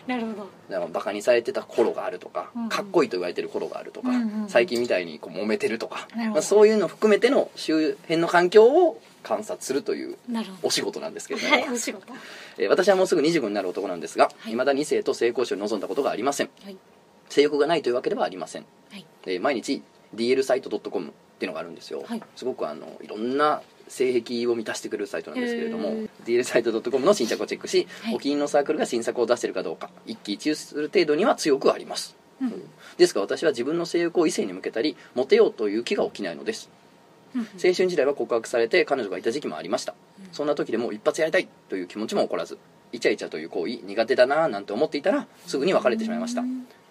Speaker 2: なるほど
Speaker 1: なんかバカにされてた頃があるとか、
Speaker 2: うんうん
Speaker 1: かっこいいと言われてる頃があるとか、
Speaker 2: うんうんうん
Speaker 1: 最近みたいにこう揉めてるとか、
Speaker 2: なるほど
Speaker 1: まあ、そういうの含めての周辺の環境を観察するという
Speaker 2: なるほ
Speaker 1: お仕事なんですけれ
Speaker 2: ど
Speaker 1: ども、
Speaker 2: はいお仕事は
Speaker 1: えー私はもうすぐ25になる男なんですが、
Speaker 2: はい
Speaker 1: 未だ2世と性交渉に臨んだことがありません
Speaker 2: い
Speaker 1: 性欲がないというわけではありません、
Speaker 2: はい
Speaker 1: えー毎日 DL サイト .com っていうのがあるんですよ、
Speaker 2: はい
Speaker 1: すごくあのいろんな性癖を満たしてくれるサイトなんですけれども、
Speaker 2: へー
Speaker 1: DL サイト .com の新着をチェックし、
Speaker 2: はい
Speaker 1: お気に入りのサークルが新作を出してるかどうか一喜一憂する程度には強くあります
Speaker 2: うん
Speaker 1: ですが私は自分の性欲を異性に向けたりモテようという気が起きないのです
Speaker 2: うん
Speaker 1: 青春時代は告白されて彼女がいた時期もありました、そんな時でも一発やりたいという気持ちも起こらずイチャイチャという行為苦手だなぁなんて思っていたらすぐに別れてしまいました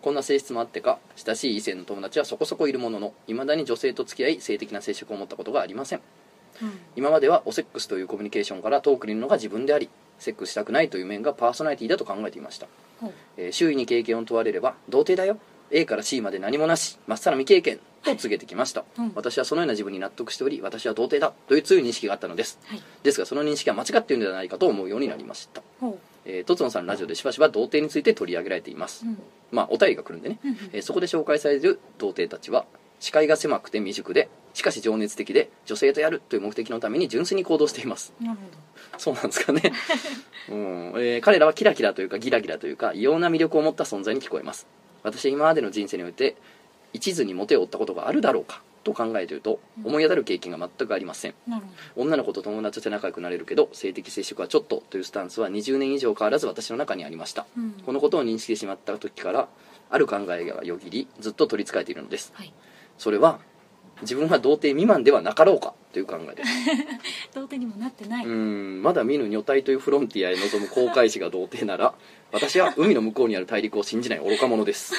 Speaker 1: こんな性質もあってか親しい異性の友達はそこそこいるものの未だに女性と付き合い性的な接触を持ったことがありません
Speaker 2: うん
Speaker 1: 今まではおセックスというコミュニケーションから遠くにいるのが自分でありセックスしたくないという面がパーソナリティだと考えていました
Speaker 2: ほう
Speaker 1: えー周囲に経験を問われれば童貞だよ A から C まで何もなしまっさら未経験と告げてきました、
Speaker 2: うん
Speaker 1: 私はそのような自分に納得しており私は童貞だという強い認識があったのです
Speaker 2: はい
Speaker 1: ですがその認識は間違っているのではないかと思うようになりました、
Speaker 2: ほ
Speaker 1: えー、トツノさんのラジオでしばしば童貞について取り上げられています、
Speaker 2: ううん
Speaker 1: まあお便りが来るんでね、
Speaker 2: うんうん
Speaker 1: えーそこで紹介される童貞たちは視界が狭くて未熟でしかし情熱的で女性とやるという目的のために純粋に行動しています
Speaker 2: なるほど
Speaker 1: そうなんですかね、うんえー彼らはキラキラというかギラギラというか異様な魅力を持った存在に聞こえます私は今までの人生において一途にモテを負ったことがあるだろうかと考えていると思い当たる経験が全くありません
Speaker 2: なるほ
Speaker 1: 女の子と友達として仲良くなれるけど性的接触はちょっとというスタンスは20年以上変わらず私の中にありました
Speaker 2: どうん
Speaker 1: このことを認識してしまった時からある考えがよぎりずっと取りつかえているのです
Speaker 2: はい
Speaker 1: それは自分は童貞未満ではなかろうかという考えです
Speaker 2: 童貞にもなってないう
Speaker 1: ーんまだ見ぬ女体というフロンティアへ臨む航海士が童貞なら私は海の向こうにある大陸を信じない愚か者です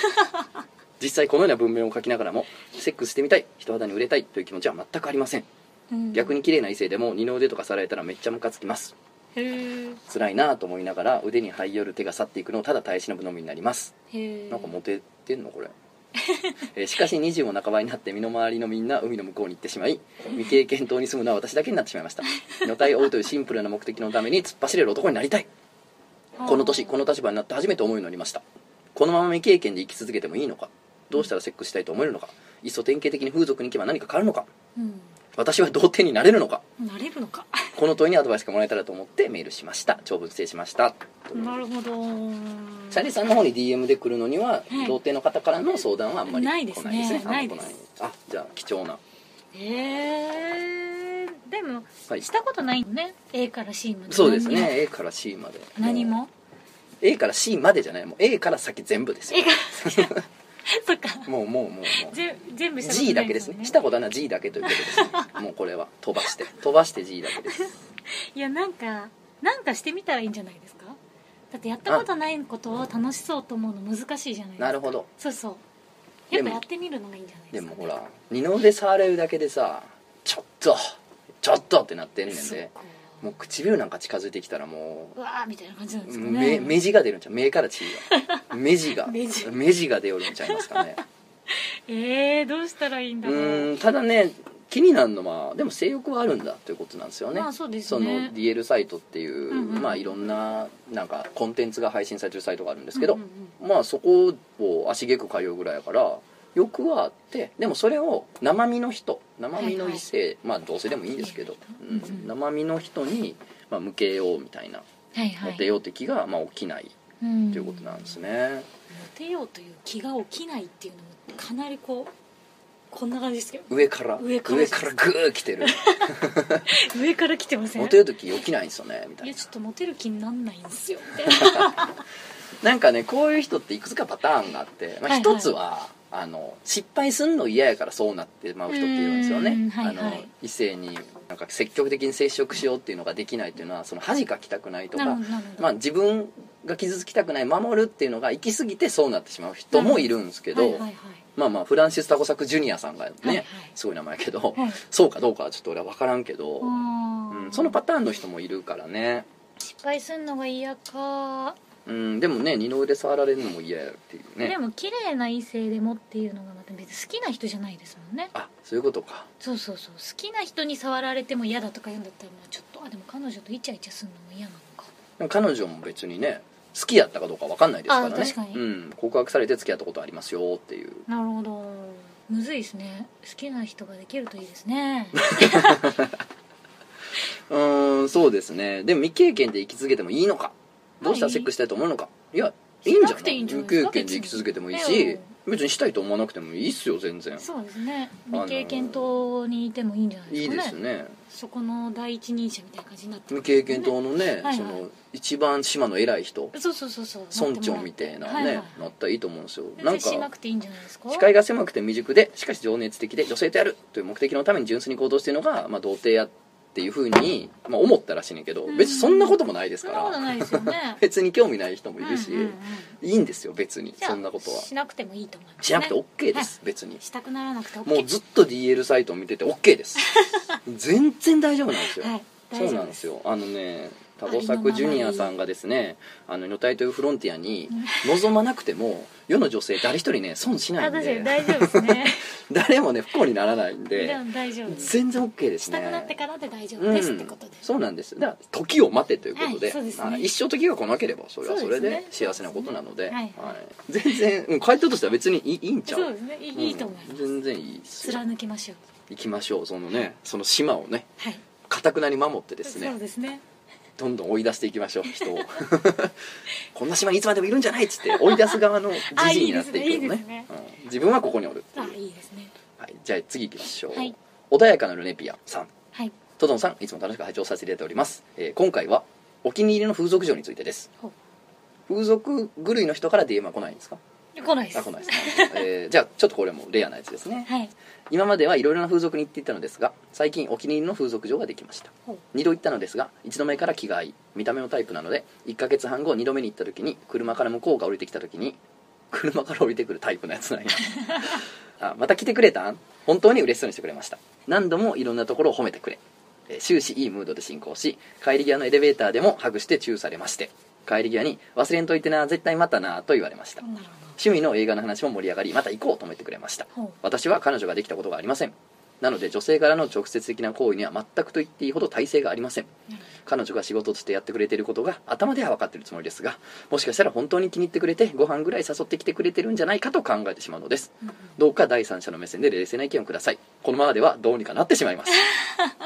Speaker 1: 実際このような文面を書きながらもセックスしてみたい人肌に売れたいという気持ちは全くありません
Speaker 2: うん
Speaker 1: 逆に綺麗な異性でも二の腕とかさられたらめっちゃムカつきます
Speaker 2: へえ
Speaker 1: 辛いなぁと思いながら腕に這い寄る手が去っていくのをただ耐え忍ぶのみになります
Speaker 2: へえ
Speaker 1: なんかモテてんのこれえーしかし20も半ばになって身の回りのみんな海の向こうに行ってしまい未経験島に住むのは私だけになってしまいました女体を追うというシンプルな目的のために突っ走れる男になりたいこの年この立場になって初めて思うようになりましたこのまま未経験で生き続けてもいいのかどうしたらセックスしたいと思えるのかいっそ典型的に風俗に行けば何か変わるのか
Speaker 2: うん
Speaker 1: 私は童貞になれるのか
Speaker 2: なれるのか
Speaker 1: この問いにアドバイスがもらえたらと思ってメールしました長文失礼しました
Speaker 2: なるほど
Speaker 1: チャリさんの方に DM で来るのには、
Speaker 2: い
Speaker 1: 童貞の方からの相談はあんまり来
Speaker 2: な
Speaker 1: ない
Speaker 2: い
Speaker 1: で
Speaker 2: ですす
Speaker 1: ねあ
Speaker 2: ね
Speaker 1: んま来
Speaker 2: ないです
Speaker 1: あじゃあ貴重な
Speaker 2: えー、でも、
Speaker 1: はい
Speaker 2: したことないのね A から C まで
Speaker 1: そうですね A から C まで
Speaker 2: 何も
Speaker 1: A から C までじゃないもう A から先全部ですよ
Speaker 2: A から そっか
Speaker 1: もうもうもうもう
Speaker 2: ぜ全部したことな
Speaker 1: G
Speaker 2: い
Speaker 1: だけですねしたことはない G だけということですねもうこれは飛ばして飛ばして G だけです
Speaker 2: いやなんかなんかしてみたらいいんじゃないですかだってやったことないことを楽しそうと思うの難しいじゃないですか
Speaker 1: なるほど
Speaker 2: そうそう
Speaker 1: で
Speaker 2: やっぱ
Speaker 1: も
Speaker 2: やってみるのがいいんじゃない
Speaker 1: で
Speaker 2: で
Speaker 1: す
Speaker 2: か、
Speaker 1: も
Speaker 2: ね、
Speaker 1: ほら二の腕触れるだけでさちょっとちょっとってなってんねん
Speaker 2: そっ
Speaker 1: で
Speaker 2: か
Speaker 1: もう唇なんか近づいてきたらもう
Speaker 2: うわーみたいな感じなんですか
Speaker 1: 目
Speaker 2: ね
Speaker 1: 目地が出るんちゃう目から血 が目地が
Speaker 2: 目地
Speaker 1: 目地が出よるんちゃいますか ね
Speaker 2: えー、どうしたらいいん
Speaker 1: う
Speaker 2: だろう
Speaker 1: ーんただね気になるのはでも性欲はあるんだということなんですよね,、
Speaker 2: まあそうです
Speaker 1: その
Speaker 2: ね
Speaker 1: DL サイトっていう、
Speaker 2: うんうん
Speaker 1: まあいろんななんかコンテンツが配信されてるサイトがあるんですけど、
Speaker 2: うんうんうん
Speaker 1: まあそこを足げく通うぐらいやから欲はあってでもそれを生身の人生身の異性、まあ同性でもいいんですけど、う
Speaker 2: うん
Speaker 1: ん、生身の人に、まあ、向けようみたいな
Speaker 2: はいは
Speaker 1: モ
Speaker 2: い
Speaker 1: テようって気が、まあ、起きない
Speaker 2: うん
Speaker 1: ということなんですね、
Speaker 2: モテようという気が起きないっていうのもかなりこうこんな感じですけど
Speaker 1: 上から
Speaker 2: 上からです
Speaker 1: らグー来てる
Speaker 2: 上から来てません
Speaker 1: モテる時起きないんですよねみた
Speaker 2: い
Speaker 1: い
Speaker 2: や
Speaker 1: な
Speaker 2: ちょっとモテる気になんないんですよ
Speaker 1: なんかねこういう人っていくつかパターンがあって、ま
Speaker 2: は
Speaker 1: あ、
Speaker 2: いはい
Speaker 1: 一つは、あの失敗すんの嫌やからそうなってまう人っていうんですよ
Speaker 2: う
Speaker 1: ね
Speaker 2: ん、はいはい
Speaker 1: あの異性になんか積極的に接触しようっていうのができないっていうのはその恥かきたくないと
Speaker 2: なる
Speaker 1: か
Speaker 2: ほどなるほど、
Speaker 1: まあ、自分が傷つきたくない守るっていうのが行き過ぎてそうなってしまう人もいるんですけど、
Speaker 2: はいはいはい
Speaker 1: まあまあフランシス・タコサク・ジュニアさんがね、
Speaker 2: はいはい
Speaker 1: すごい名前やけど、
Speaker 2: はい
Speaker 1: そうかどうかはちょっと俺は分からんけど、
Speaker 2: う
Speaker 1: うんん、そのパターンの人もいるからね、
Speaker 2: 失敗すんのが嫌か、
Speaker 1: うん、でもね二の腕触られるのも嫌やっていう
Speaker 2: で
Speaker 1: ね
Speaker 2: も綺麗な異性でもっていうのがまた別に好きな人じゃないですもんね
Speaker 1: あそういうことか
Speaker 2: そうそうそう好きな人に触られても嫌だとか言うんだったらまあちょっとあでも彼女とイチャイチャするのも嫌なのか
Speaker 1: でも彼女も別にね好きやったかどうか分かんないですからね
Speaker 2: あ確かに
Speaker 1: うん、告白されて付き合ったことありますよっていう
Speaker 2: なるほどむずいですね好きな人ができるといいですね
Speaker 1: うーんそうですねでも未経験で生き続けてもいいのかどうした
Speaker 2: は
Speaker 1: ら
Speaker 2: い
Speaker 1: セックスしたいと思うのかいやいいんじ
Speaker 2: し
Speaker 1: ゃ
Speaker 2: なく
Speaker 1: な
Speaker 2: て
Speaker 1: い
Speaker 2: いいんじゃな
Speaker 1: 未
Speaker 2: いです
Speaker 1: 経
Speaker 2: か
Speaker 1: 験で生き続けてもいい
Speaker 2: 別に
Speaker 1: し別にしたいと思わなくてもいいっすよ全然
Speaker 2: そうですね
Speaker 1: あのー
Speaker 2: 未経験党にいてもいいんじゃないで
Speaker 1: い
Speaker 2: す
Speaker 1: い
Speaker 2: かね
Speaker 1: ですね
Speaker 2: そこの第一人者みたいな感じになって
Speaker 1: 未経験党のね、
Speaker 2: はい
Speaker 1: その一番島の偉い人
Speaker 2: そうそうそうそう
Speaker 1: 村長みたいなね、
Speaker 2: はいはい
Speaker 1: なったらいいと思うんですよ
Speaker 2: 全
Speaker 1: なん
Speaker 2: 然
Speaker 1: か
Speaker 2: しなくていいんじゃないですか
Speaker 1: 視界が狭くて未熟でしかし情熱的で女性とやるという目的のために純粋に行動しているのが、まあ、童貞やっていうふうに、まあ、思ったらしいねんけど
Speaker 2: うん
Speaker 1: 別にそんなこともないです
Speaker 2: そ
Speaker 1: か
Speaker 2: んなこと
Speaker 1: ら
Speaker 2: ないです よね
Speaker 1: 別に興味ない人もいるし、
Speaker 2: うんうんうん
Speaker 1: いいんですよ別に
Speaker 2: じゃあ
Speaker 1: そんなことは
Speaker 2: しなくてもいいと思います
Speaker 1: しなくて OK で
Speaker 2: はい
Speaker 1: す、別に
Speaker 2: したくならなくて OK
Speaker 1: もうずっと DL サイトを見てて OK です 全然大丈夫なんですよ、
Speaker 2: はい大丈夫
Speaker 1: そうなんですよあのねタコサクジュニアさんがですね「あの女体というフロンティア」に望まなくても世の女性誰一人ね損しない
Speaker 2: あ
Speaker 1: ん
Speaker 2: 確かに
Speaker 1: で
Speaker 2: 大丈夫です ね
Speaker 1: 誰もね不幸にならないん
Speaker 2: で
Speaker 1: で
Speaker 2: も大丈夫です
Speaker 1: 全然 OK です
Speaker 2: し
Speaker 1: ね
Speaker 2: たくなってからで大丈夫ですってことで、
Speaker 1: うん、そうなんですだから時を待てということで,
Speaker 2: はい
Speaker 1: あ、
Speaker 2: そうですね
Speaker 1: 一生時が来なければそれはそれ
Speaker 2: そうで
Speaker 1: です
Speaker 2: ね
Speaker 1: 幸せなことなので
Speaker 2: そうですねはい
Speaker 1: はい全然、うん、回答としては別にいいいいんちゃう
Speaker 2: そうですねいい,、いいと思いま
Speaker 1: うん
Speaker 2: す
Speaker 1: 全然いいっすよ
Speaker 2: 貫きましょう
Speaker 1: 行きましょうそのねその島をね
Speaker 2: はい
Speaker 1: かたくなに守ってです
Speaker 2: そう
Speaker 1: ね
Speaker 2: ですね
Speaker 1: どんどん追い出していきましょう人を こんな島にいつまでもいるんじゃないっつって追い出す側のじじいになっていくの
Speaker 2: あい
Speaker 1: ね
Speaker 2: いですねいい
Speaker 1: うん自分はここにおるって
Speaker 2: あ
Speaker 1: いう、
Speaker 2: いいですね
Speaker 1: はい、じゃあ次行きましょう、
Speaker 2: はい
Speaker 1: 穏やかなルネピアさん
Speaker 2: はい
Speaker 1: トドンさんいつも楽しく拝聴させていただいております、えー今回はお気に入りの風俗嬢についてです
Speaker 2: ほう
Speaker 1: 風俗狂いの人から DM は来ないんですか
Speaker 2: 来ないです
Speaker 1: あ来ないですね、えーじゃあちょっとこれもレアなやつですね
Speaker 2: はい
Speaker 1: 今まではいろいろな風俗に行っていたのですが最近お気に入りの風俗嬢ができました
Speaker 2: ほう
Speaker 1: 2度行ったのですが1度目から気が合い見た目のタイプなので1ヶ月半後2度目に行った時に車から向こうが降りてきた時に車から降りてくるタイプのやつなんやあまた来てくれたん本当に嬉しそうにしてくれました何度もいろんなところを褒めてくれえー終始いいムードで進行し帰り際のエレベーターでもハグしてチューされまして帰り際に「忘れんといてな絶対またな」と言われました
Speaker 2: なる
Speaker 1: 趣味の映画の話も盛り上がりまた行こうとめてくれました
Speaker 2: ほどほ
Speaker 1: 私は彼女ができたことがありませんなので女性からの直接的な行為には全くと言っていいほど耐性がありません
Speaker 2: うなる
Speaker 1: 彼女が仕事としてやってくれていることが頭では分かっているつもりですがもしかしたら本当に気に入ってくれてご飯ぐらい誘ってきてくれてるんじゃないかと考えてしまうのです
Speaker 2: ほどうん
Speaker 1: どうか第三者の目線で冷静な意見をくださいこのままではどうにかなってしま います
Speaker 2: なん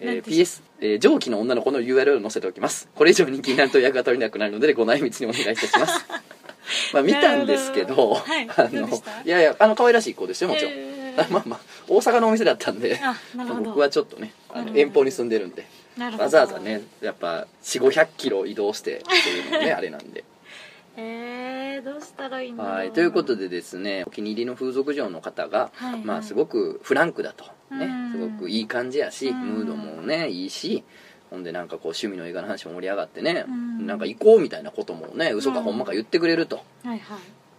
Speaker 1: えー
Speaker 2: て
Speaker 1: PS、えー上記の女の子の URL を載せておきますこれ以上に気になると役が取れなくなるのでご内密にお願いいたします まあ見たんですけど
Speaker 2: なるほどはい
Speaker 1: あ
Speaker 2: どう
Speaker 1: の
Speaker 2: でした
Speaker 1: いやいやあの可愛らしい子でしたよもちろん、
Speaker 2: え
Speaker 1: あまあまあ大阪のお店だったんで
Speaker 2: あなるほど
Speaker 1: 僕はちょっとねあ
Speaker 2: なる
Speaker 1: の
Speaker 2: ほど
Speaker 1: 遠方に住んでるんで
Speaker 2: ーなるほど
Speaker 1: わざわざねやっぱ4 5 0 0キロ移動してっていうのもねあれなんで
Speaker 2: えー、どうしたらいい んだろう
Speaker 1: はいということでですねお気に入りの風俗嬢の方が、
Speaker 2: はい
Speaker 1: ま
Speaker 2: は
Speaker 1: あ、
Speaker 2: い
Speaker 1: すごくフランクだと、ね
Speaker 2: うん
Speaker 1: すごくいい感じやし
Speaker 2: うん
Speaker 1: ムードもねいいしほんでなんかこう趣味の映画の話も盛り上がってね、
Speaker 2: うん
Speaker 1: なんか行こうみたいなこともね嘘か
Speaker 2: うん
Speaker 1: ほんまか言ってくれると、
Speaker 2: はいはい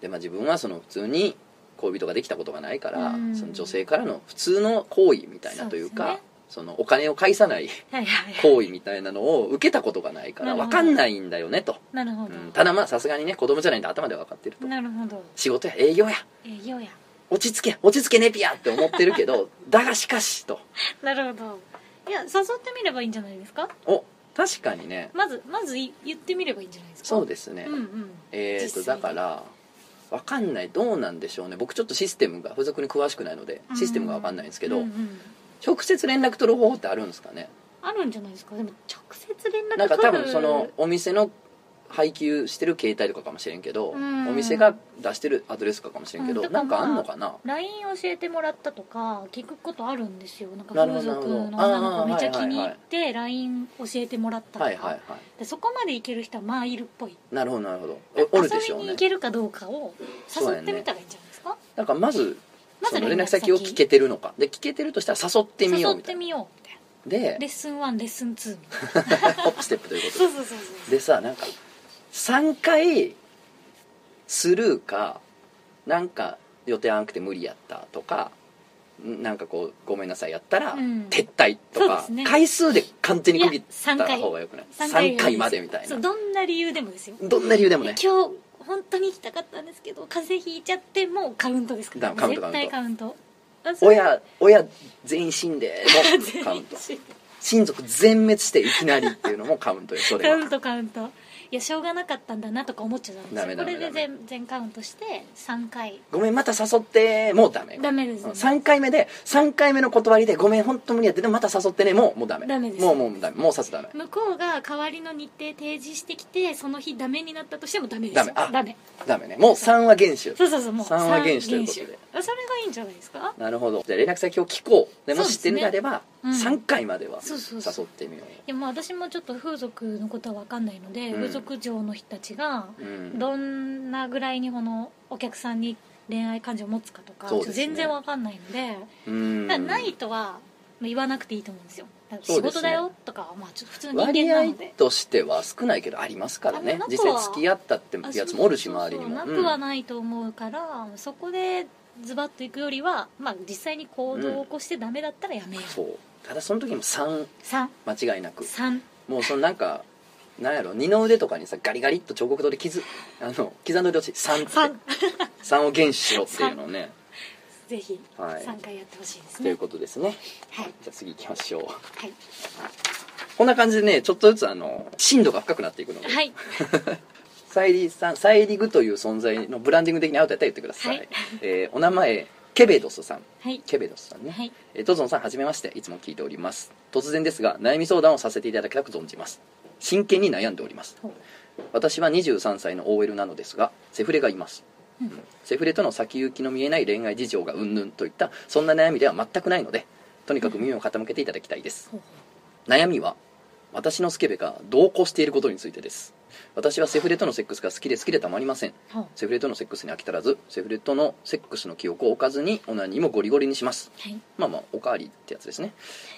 Speaker 1: でまあ、自分はその普通に恋人ができたことがないから、
Speaker 2: うん
Speaker 1: その女性からの普通の行為みたいなというか
Speaker 2: そうですね
Speaker 1: そのお金を返さない
Speaker 2: はいはいはい
Speaker 1: 行為みたいなのを受けたことがないから
Speaker 2: な
Speaker 1: 分
Speaker 2: るほど
Speaker 1: かんないんだよねと、
Speaker 2: なるほど、
Speaker 1: うんただまあさすがにね子供じゃないんで頭では分かってると
Speaker 2: なるほど
Speaker 1: 仕事や営業や
Speaker 2: えー、ようや
Speaker 1: 落ち着け落ち着けネピアって思ってるけど だがしかしと
Speaker 2: なるほどいや誘ってみればいいんじゃないですか
Speaker 1: お確かにね
Speaker 2: まずまずい言ってみればいいんじゃないですか
Speaker 1: そう
Speaker 2: で
Speaker 1: ですね、
Speaker 2: うんうん
Speaker 1: えーと
Speaker 2: 実
Speaker 1: だ
Speaker 2: 際に
Speaker 1: から分かんないどうなんでしょうね僕ちょっとシステムが付属に詳しくないので
Speaker 2: うん
Speaker 1: システムが分かんないんですけど、
Speaker 2: うんうん
Speaker 1: 直接連絡取る方法ってあるんですかね
Speaker 2: あるんじゃないですかでも直接連絡取る
Speaker 1: なんか多分そのお店の配給してる携帯とかかもしれんけど、
Speaker 2: うん
Speaker 1: お店が出してるアドレスとかかもしれんけど、
Speaker 2: うんと
Speaker 1: な
Speaker 2: か
Speaker 1: ん
Speaker 2: ま
Speaker 1: か
Speaker 2: あ
Speaker 1: あんのかな
Speaker 2: LINE 教えてもらったとか聞くことあるんですよなんか
Speaker 1: なるほ
Speaker 2: 風
Speaker 1: ど
Speaker 2: 俗の
Speaker 1: なるほど
Speaker 2: 女
Speaker 1: あ
Speaker 2: の
Speaker 1: ー
Speaker 2: 子めっち
Speaker 1: は
Speaker 2: ゃ
Speaker 1: いは
Speaker 2: 気
Speaker 1: い
Speaker 2: に
Speaker 1: はい
Speaker 2: 入って LINE 教えてもらったとか、
Speaker 1: はいはいはい
Speaker 2: でそこまでいける人はまあいるっぽい
Speaker 1: なるほどなるほどえおるでし
Speaker 2: 遊
Speaker 1: ょう
Speaker 2: びに
Speaker 1: ね
Speaker 2: 行けるかどうかを
Speaker 1: そう
Speaker 2: 誘
Speaker 1: や
Speaker 2: って
Speaker 1: ね
Speaker 2: みたらいいんじゃないですか
Speaker 1: なんかまず
Speaker 2: まず
Speaker 1: その連絡先を聞けてるのかで聞けてるとしたら誘ってみよう
Speaker 2: 誘っ
Speaker 1: みた
Speaker 2: て
Speaker 1: いな
Speaker 2: みようみたい
Speaker 1: で
Speaker 2: な レッスン1レッスン2みたいな
Speaker 1: ホップステップということ
Speaker 2: そ
Speaker 1: で
Speaker 2: うそうそうそう
Speaker 1: でさなんか3回スルーかなんか予定あんくて無理やったとかんなんかこうごめんなさいやったら
Speaker 2: うん
Speaker 1: 撤退と
Speaker 2: そうで
Speaker 1: か、
Speaker 2: すね
Speaker 1: 回数で完全に区切っ
Speaker 2: いや
Speaker 1: た
Speaker 2: 三回
Speaker 1: 方がよくない
Speaker 2: 三
Speaker 1: 3,
Speaker 2: 回
Speaker 1: 回までみたい
Speaker 2: そう
Speaker 1: な
Speaker 2: どんな理由でもですよ、
Speaker 1: どんな理由でもね
Speaker 2: 今日本当に行きたかったんですけど風邪ひいちゃってもうカウントですから、
Speaker 1: だカウント
Speaker 2: 絶対カウントあそれ
Speaker 1: 親親全員死んでもカウン ト親族全滅していきなりっていうのもカウントよそれ
Speaker 2: カウ
Speaker 1: は
Speaker 2: ントカウントいやしょうがなかったんだなとか思っちゃダメです
Speaker 1: ダメダ
Speaker 2: よ
Speaker 1: メ
Speaker 2: こ
Speaker 1: ダ
Speaker 2: れで
Speaker 1: メ
Speaker 2: 全全カウントして3回
Speaker 1: ごめんまた誘ってもうダメ
Speaker 2: ダメですね
Speaker 1: 3回目で3回目の断りでごめん本当無理やってでもまた誘ってねもうもうダメ
Speaker 2: ダメです
Speaker 1: もうもうダメもうさすダメ
Speaker 2: 向こうが代わりの日程提示してきてその日ダメになったとしてもダメです
Speaker 1: ダメあ
Speaker 2: ダメ
Speaker 1: ダメねもう3は厳守
Speaker 2: そうそうそうもう
Speaker 1: 三は厳守ということで
Speaker 2: 三厳守それがいいんじゃないですか
Speaker 1: なるほどじゃあ連絡先を聞こうでも
Speaker 2: そう
Speaker 1: し
Speaker 2: で
Speaker 1: 知って
Speaker 2: すね
Speaker 1: るのであれば、
Speaker 2: うん
Speaker 1: 3回までは
Speaker 2: そうそうそ
Speaker 1: 誘
Speaker 2: う
Speaker 1: ってみよ
Speaker 2: いやまあ私もちょっと風俗のことは分かんないので、
Speaker 1: うん
Speaker 2: 風俗嬢の人たちが
Speaker 1: う、うん、
Speaker 2: どんなぐらいにこのお客さんに恋愛感情を持つかとか、
Speaker 1: そうですね
Speaker 2: 全然分かんないので、
Speaker 1: うん
Speaker 2: だからないとは言わなくていいと思うんですよだから
Speaker 1: そう
Speaker 2: 仕
Speaker 1: ですね
Speaker 2: 事だよとかはまあちょっと普通の人
Speaker 1: 割
Speaker 2: 間な
Speaker 1: 合
Speaker 2: ので
Speaker 1: としては少ないけどありますから
Speaker 2: あ
Speaker 1: ね
Speaker 2: の
Speaker 1: 実
Speaker 2: なくは
Speaker 1: 際付き合ったって
Speaker 2: あ
Speaker 1: やつもおるし
Speaker 2: そうそう
Speaker 1: 周
Speaker 2: そう
Speaker 1: りにも
Speaker 2: なくは
Speaker 1: うん
Speaker 2: ないと思うから、そこでズバッといくよりは、まあ、実際に行動を起こしてダメだったらやめよう、
Speaker 1: そうただその時も3
Speaker 2: 3
Speaker 1: 間違いなく
Speaker 2: 3
Speaker 1: もうそのなんかなんやろ二の腕とかにさガリガリっと彫刻刀で傷あの刻んでおいてほしい3って
Speaker 2: 3
Speaker 1: 3を厳守しろっていうのをね
Speaker 2: ぜひ
Speaker 1: はい
Speaker 2: 3回やってほしいです
Speaker 1: と
Speaker 2: ね、
Speaker 1: いうことですね
Speaker 2: はい
Speaker 1: じゃあ次行きましょう
Speaker 2: はい
Speaker 1: こんな感じでねちょっとずつあの深度が深くなっていくので
Speaker 2: はい
Speaker 1: サイリさんサイリグという存在のブランディング的にアウトやったら言ってください、
Speaker 2: はい
Speaker 1: えーお名前ケベドスさん
Speaker 2: はい
Speaker 1: ケベドスさんね、
Speaker 2: はい
Speaker 1: えートゾンさんはじめましていつも聞いております突然ですが悩み相談をさせていただきたく存じます真剣に悩んでおります
Speaker 2: ほう
Speaker 1: 私は23歳の OL なのですがセフレがいます、
Speaker 2: うん
Speaker 1: セフレとの先行きの見えない恋愛事情がうんぬんといったそんな悩みでは全くないのでとにかく耳を傾けていただきたいです、
Speaker 2: ほう
Speaker 1: 悩みは私のスケベが同行していることについてです私はセフレとのセックスが好きで好きでたまりません
Speaker 2: ほう
Speaker 1: セフレとのセックスに飽き足らずセフレとのセックスの記憶を置かずにオナニーもゴリゴリにします
Speaker 2: はい
Speaker 1: まあまあおかわりってやつですね、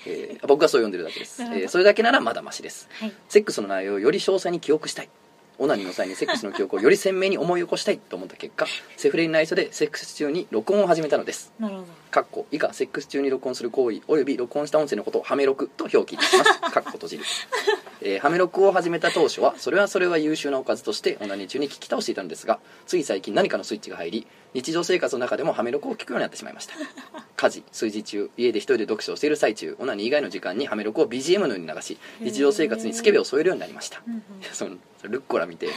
Speaker 1: えー僕がそう呼んでるだけです、え
Speaker 2: なるほど
Speaker 1: ーそれだけならまだマシです
Speaker 2: はい
Speaker 1: セックスの内容をより詳細に記憶したいオナニーの際にセックスの記憶をより鮮明に思い起こしたいと思った結果セフレに内緒でセックス中に録音を始めたのです
Speaker 2: なるほど
Speaker 1: かっこ以下セックス中に録音する行為および録音した音声のことをハメ録と表記いたしますかっこ閉じる、えーハメ録を始めた当初はそれはそれは優秀なおかずとしてオナニー中に聞き倒していたのですがつい最近何かのスイッチが入り日常生活の中でもハメ録を聞くようになってしまいました家事炊事中家で一人で読書をしている最中オナニー以外の時間にハメ録を BGM のように流し日常生活にスケベを添えるようになりました
Speaker 2: うんうん
Speaker 1: いやそのルッコラみて えな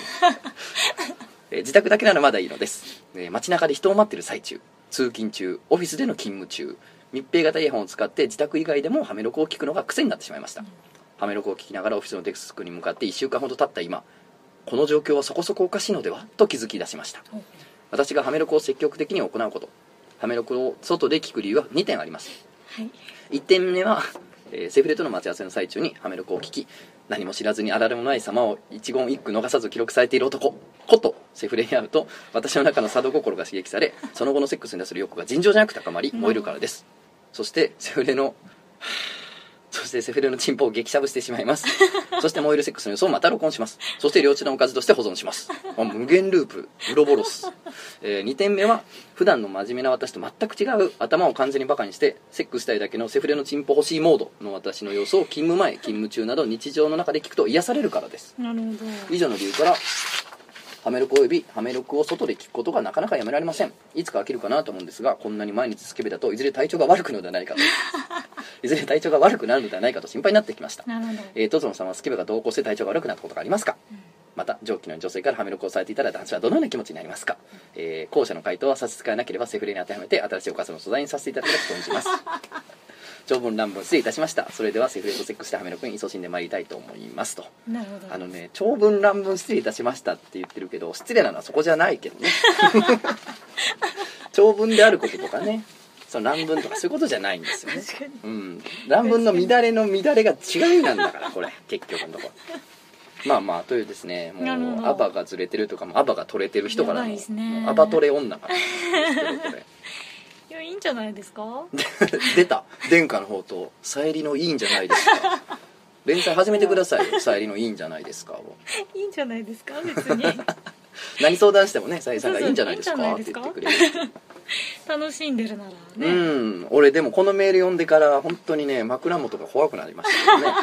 Speaker 1: えー自宅だけならまだいいのです、えー街中で人を待ってる最中通勤中オフィスでの勤務中密閉型イヤホンを使って自宅以外でもハメロコを聞くのが癖になってしまいましたハメロコを聞きながらオフィスのデスクに向かって1週間ほど経った今この状況はそこそこおかしいのではと気づき出しました
Speaker 2: ほう
Speaker 1: 私がハメロコを積極的に行うことハメロコを外で聞く理由は2点あります
Speaker 2: はい
Speaker 1: 1点目は、えーセフレとの待ち合わせの最中にハメロクを聞き何も知らずにあられもない様を一言一句逃さず記録されている男ことセフレに会うと私の中の佐渡心が刺激されその後のセックスに出する欲が尋常じゃなく高まり燃えるからですそしてセフレのはぁそしてセフレのチンポを激しゃぶしてしまいますそして燃えるセックスの予想をまた録音しますそして両親のおかずとして保存しますあ無限ループウロボロスえ2点目は普段の真面目な私と全く違う頭を完全にバカにしてセックスしたいだけのセフレのチンポ欲しいモードの私の様子を勤務前勤務中など日常の中で聞くと癒されるからです
Speaker 2: なるほど
Speaker 1: 以上の理由からハメロクおよびハメロクを外で聞くことがなかなかやめられませんいつか飽きるかなと思うんですがこんなに毎日スケベだといずれ体調が悪くなるのではないかといずれ体調が悪くなるのではないかと心配になってきました
Speaker 2: なるほど
Speaker 1: えー、トゾノさんはスケベが同行して体調が悪くなったことがありますか、また上記の女性からハメ録をされていただいた話はどのような気持ちになりますか、えー後者の回答は差し支えなければセフレに当てはめて新しいお母さんの素材にさせていただきたいと存 じます長文乱文失礼いたしましたそれではセフレとセックスしてハメ録に勤しんでまいりたいと思いますと
Speaker 2: なるほど
Speaker 1: あのね長文乱文失礼いたしましたって言ってるけど失礼なのはそこじゃないけどね 長文であることとかねその乱文とかそういうことじゃないんですよね
Speaker 2: 確かに
Speaker 1: うん、乱文の乱れの乱れが違いなんだからこれ結局のところまあまあというですねも
Speaker 2: なるほ
Speaker 1: う
Speaker 2: ど
Speaker 1: アバがずれてるとかもうアバが取れてる人から
Speaker 2: やば
Speaker 1: の
Speaker 2: いですね
Speaker 1: もうアバ取れ女からですけどこれ
Speaker 2: いやいいんじゃないですか
Speaker 1: 出た殿下の宝刀「さゆりのいいんじゃないですか」連載始めてくださいよ「さゆりのいいんじゃないですか」を
Speaker 2: いいんじゃないですか別に
Speaker 1: 何相談してもねさゆりさんが「
Speaker 2: そうそう
Speaker 1: いいんじゃないですか」
Speaker 2: いいんじゃない
Speaker 1: っ
Speaker 2: で
Speaker 1: て
Speaker 2: す
Speaker 1: 言
Speaker 2: か
Speaker 1: ってくれる
Speaker 2: 楽しんでるなら
Speaker 1: う
Speaker 2: ね、
Speaker 1: ん俺でもこのメール読んでから本当にね枕元が怖くなりました けどね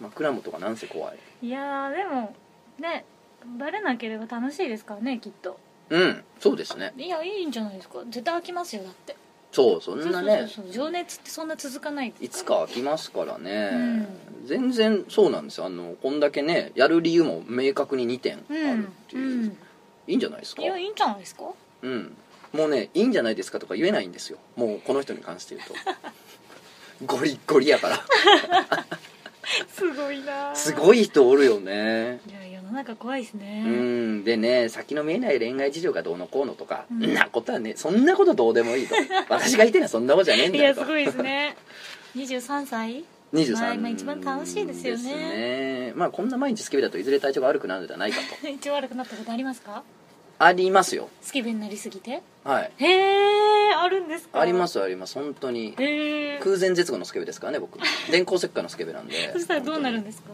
Speaker 1: 枕元がなんせ怖い
Speaker 2: いやーでもねバレなければ楽しいですからねきっと
Speaker 1: うんそうですね
Speaker 2: いやいいんじゃないですか絶対飽きますよだって
Speaker 1: そうそんなね
Speaker 2: そうそうそう情熱ってそんな続かない
Speaker 1: いつか飽きますからね、全然そうなんですよあのこんだけねやる理由も明確に2点あ
Speaker 2: う
Speaker 1: るっ
Speaker 2: ん、
Speaker 1: て
Speaker 2: う
Speaker 1: いう、
Speaker 2: ん、
Speaker 1: いいんじゃないですか
Speaker 2: いやいいんじゃないですか
Speaker 1: うんもうねいいんじゃないですかとか言えないんですよもうこの人に関して言う とゴリッゴリやから
Speaker 2: すごいな
Speaker 1: す
Speaker 2: い
Speaker 1: ごい人おるよね
Speaker 2: いや世の中怖いですね
Speaker 1: うんでね先の見えない恋愛事情がどうのこうのとか、
Speaker 2: うん
Speaker 1: んなことはねそんなことどうでも いいと私が言ってるのはそんなことじゃねえんだ
Speaker 2: い
Speaker 1: よ
Speaker 2: や
Speaker 1: と
Speaker 2: すごいです ね23歳
Speaker 1: 23
Speaker 2: まあまあ一番楽しいですよ
Speaker 1: で
Speaker 2: ね
Speaker 1: すねまあこんな毎日スケベだといずれ体調が悪くなるんじゃないかと
Speaker 2: 一応悪くなったことありますか
Speaker 1: ありますよ
Speaker 2: スケベになりすぎて
Speaker 1: はい
Speaker 2: へえあるんですか
Speaker 1: ありますすあります本当に
Speaker 2: へえ
Speaker 1: 空前絶後のスケベですからね 僕電光石火のスケベなんで
Speaker 2: そしたらどうなるん
Speaker 1: で
Speaker 2: ですか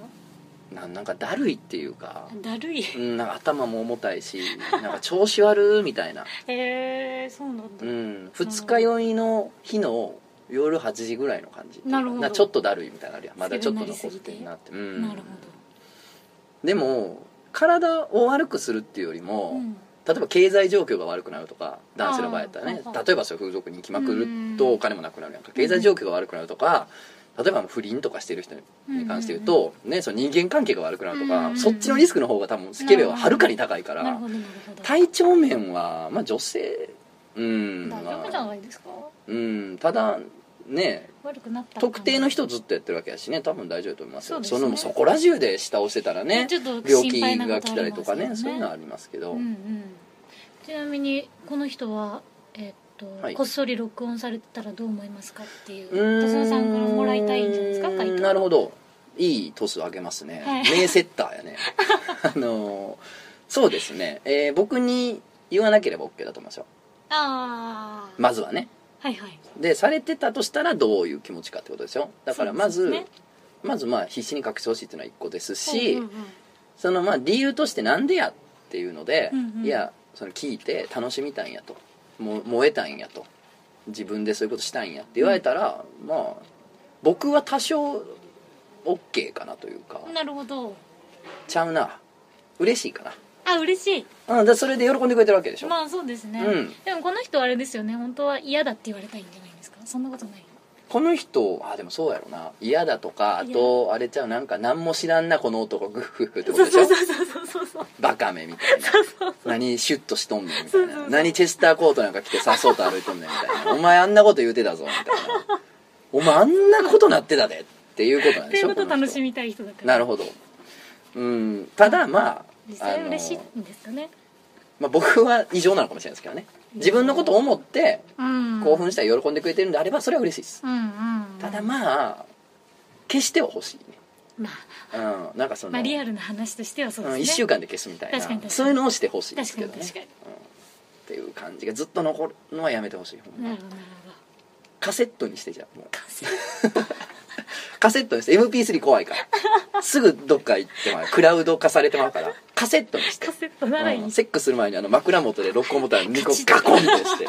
Speaker 1: ななんかだるいっていうか
Speaker 2: だるいへ
Speaker 1: うん、なんか頭も重たいしなんか調子悪いみたいな、
Speaker 2: えそうなんだ、
Speaker 1: うん、二日酔いの日の夜8時ぐらいの感じ
Speaker 2: なるほど
Speaker 1: んかちょっとだるいみたいなのあるやんまだちょっと
Speaker 2: スケ
Speaker 1: 残っ
Speaker 2: ベになりすぎて
Speaker 1: てるなって、うん、
Speaker 2: なるほ
Speaker 1: でも体を悪くするっていうより
Speaker 2: ど
Speaker 1: も、
Speaker 2: うん
Speaker 1: 例えば経済状況が悪くなるとか男性の場合だったら
Speaker 2: あ
Speaker 1: ね
Speaker 2: ーはいはい
Speaker 1: 例えばそういう風俗に行きまくる
Speaker 2: うん
Speaker 1: とお金もなくなるやんか経済状況が悪くなるとか例えば不倫とかしてる人にに関して言うと、ね、その人間関係が悪くなると
Speaker 2: うん
Speaker 1: か、
Speaker 2: うんうん
Speaker 1: そっちのリスクの方が多分スケベははるかに高いか
Speaker 2: なる
Speaker 1: ら
Speaker 2: ほどなるほど
Speaker 1: 体調面は、まあ、女性うん
Speaker 2: 大丈夫じゃ
Speaker 1: まあ
Speaker 2: ないですか
Speaker 1: うんただね
Speaker 2: 悪くなった
Speaker 1: 特定の
Speaker 2: 人
Speaker 1: 人ずっとやってるわけやしね多分大丈夫だと思いますよ
Speaker 2: そ
Speaker 1: そ
Speaker 2: うですね
Speaker 1: のもうそこら中で下をしてたらね
Speaker 2: ちょっと
Speaker 1: 病
Speaker 2: 心
Speaker 1: 気
Speaker 2: 配なこ
Speaker 1: が
Speaker 2: とあ
Speaker 1: 来
Speaker 2: り
Speaker 1: た
Speaker 2: ますよね
Speaker 1: りとかねそういうのはありますけど、
Speaker 2: うんうんちなみにこの人はえっと、
Speaker 1: はい
Speaker 2: こっそり録音されてたらどう思いますかっていう
Speaker 1: うーん
Speaker 2: 田園さんからもらいたいんじゃないですか回答
Speaker 1: なるほどいいトスあげますね、
Speaker 2: はい
Speaker 1: 名セッターや ねあのそうですね、えー僕に言わなければ OK だと思いますよ
Speaker 2: ああ、
Speaker 1: まずはね
Speaker 2: はいはい
Speaker 1: でされてたとしたらどういう気持ちかってことですよだからま
Speaker 2: そ
Speaker 1: ず、
Speaker 2: うですね
Speaker 1: まずまあ必死に隠してほしいっていうのは一個ですし、
Speaker 2: うんうんうん
Speaker 1: そのまあ理由としてなんでやっていうので、
Speaker 2: うんうん
Speaker 1: いやその聞いて楽しみたんやとも燃えたんやと自分でそういうことしたんやって言われたら、まあ僕は多少 OK かなというか、
Speaker 2: なるほど
Speaker 1: ちゃうな嬉しいか
Speaker 2: あ嬉しい
Speaker 1: な、うん、だそれで喜んでくれてるわけでしょ、
Speaker 2: まあそうですね、
Speaker 1: うん
Speaker 2: でもこの人はあれですよね本当は嫌だって言われたいんじゃないですかそんなことない
Speaker 1: この人あでもそうやろな嫌だとかあとあれちゃうなんか何も知らんなこの男グフフってことでしょ
Speaker 2: そうそうそうそう
Speaker 1: バカめみたいな何シュッとしとんねんみた
Speaker 2: そ
Speaker 1: い
Speaker 2: うそうそ
Speaker 1: な
Speaker 2: う
Speaker 1: 何チェスターコートなんか着てさっそうと歩いとんねんみたいなお前あんなこと言うてたぞみたいなお前あんなことなってたでっていうことなん
Speaker 2: っ
Speaker 1: で
Speaker 2: てい
Speaker 1: し
Speaker 2: う
Speaker 1: ょ
Speaker 2: ことを
Speaker 1: この
Speaker 2: 楽
Speaker 1: 人
Speaker 2: しみたい人だから
Speaker 1: なるほどうんただまあ
Speaker 2: 実
Speaker 1: あ
Speaker 2: 際
Speaker 1: の
Speaker 2: 嬉しいんですかね
Speaker 1: まあ僕は異常なのかもしれないですけどね自分のことを思って
Speaker 2: うん
Speaker 1: 興奮したり喜んでくれてるんであればそれは嬉しいです
Speaker 2: うんうん
Speaker 1: ただまあ消しては欲しいね
Speaker 2: まあ
Speaker 1: うんなんかその、
Speaker 2: まあリアルな話としてはそうです
Speaker 1: うん、
Speaker 2: ね
Speaker 1: 1週間で消すみたい
Speaker 2: 確かに
Speaker 1: な
Speaker 2: 確かに
Speaker 1: そういうのをしてほしいです
Speaker 2: 確か
Speaker 1: けど
Speaker 2: に
Speaker 1: ね
Speaker 2: 確かに
Speaker 1: っていう感じがずっと残るのはやめてほしい、ほんま
Speaker 2: なるほどなるほど
Speaker 1: カセットにしてじゃあもうカセットにして MP3 怖いからすぐどっか行ってまうクラウド化されてまうからカセットにして
Speaker 2: カセットならいい、
Speaker 1: うんセックスする前にあの枕元で録音ボタン2個ガコンとして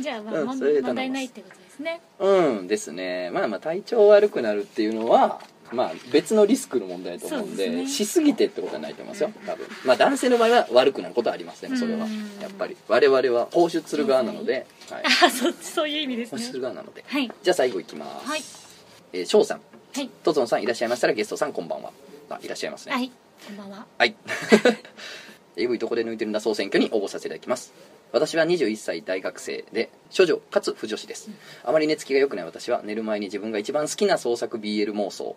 Speaker 2: じゃあ、まあ
Speaker 1: うん
Speaker 2: 問
Speaker 1: それで頼みます
Speaker 2: 問題ないってことですね
Speaker 1: うんですねまあまあ体調悪くなるっていうのはまあ別のリスクの問題だと思うんで
Speaker 2: そうですね
Speaker 1: しすぎてってことはないと思いますよ多分まあ男性の場合は悪くなることはありますねそれは
Speaker 2: うん
Speaker 1: やっぱり我々は放出する側なので、はい、
Speaker 2: あそっちそういう意味で
Speaker 1: 放出
Speaker 2: す
Speaker 1: する
Speaker 2: ね
Speaker 1: 側なので
Speaker 2: はい
Speaker 1: じゃあ最後いきます、
Speaker 2: はい
Speaker 1: えー、翔さん
Speaker 2: はい
Speaker 1: とぞんさんいらっしゃいましたらゲストさんこんばんはあいらっしゃいますね、
Speaker 2: はいいこんばんは
Speaker 1: はい、AV どこで抜いてるんだ総選挙に応募させていただきます私は21歳大学生で処女かつ不女子ですあまり寝つきが良くない私は寝る前に自分が一番好きな創作 BL 妄想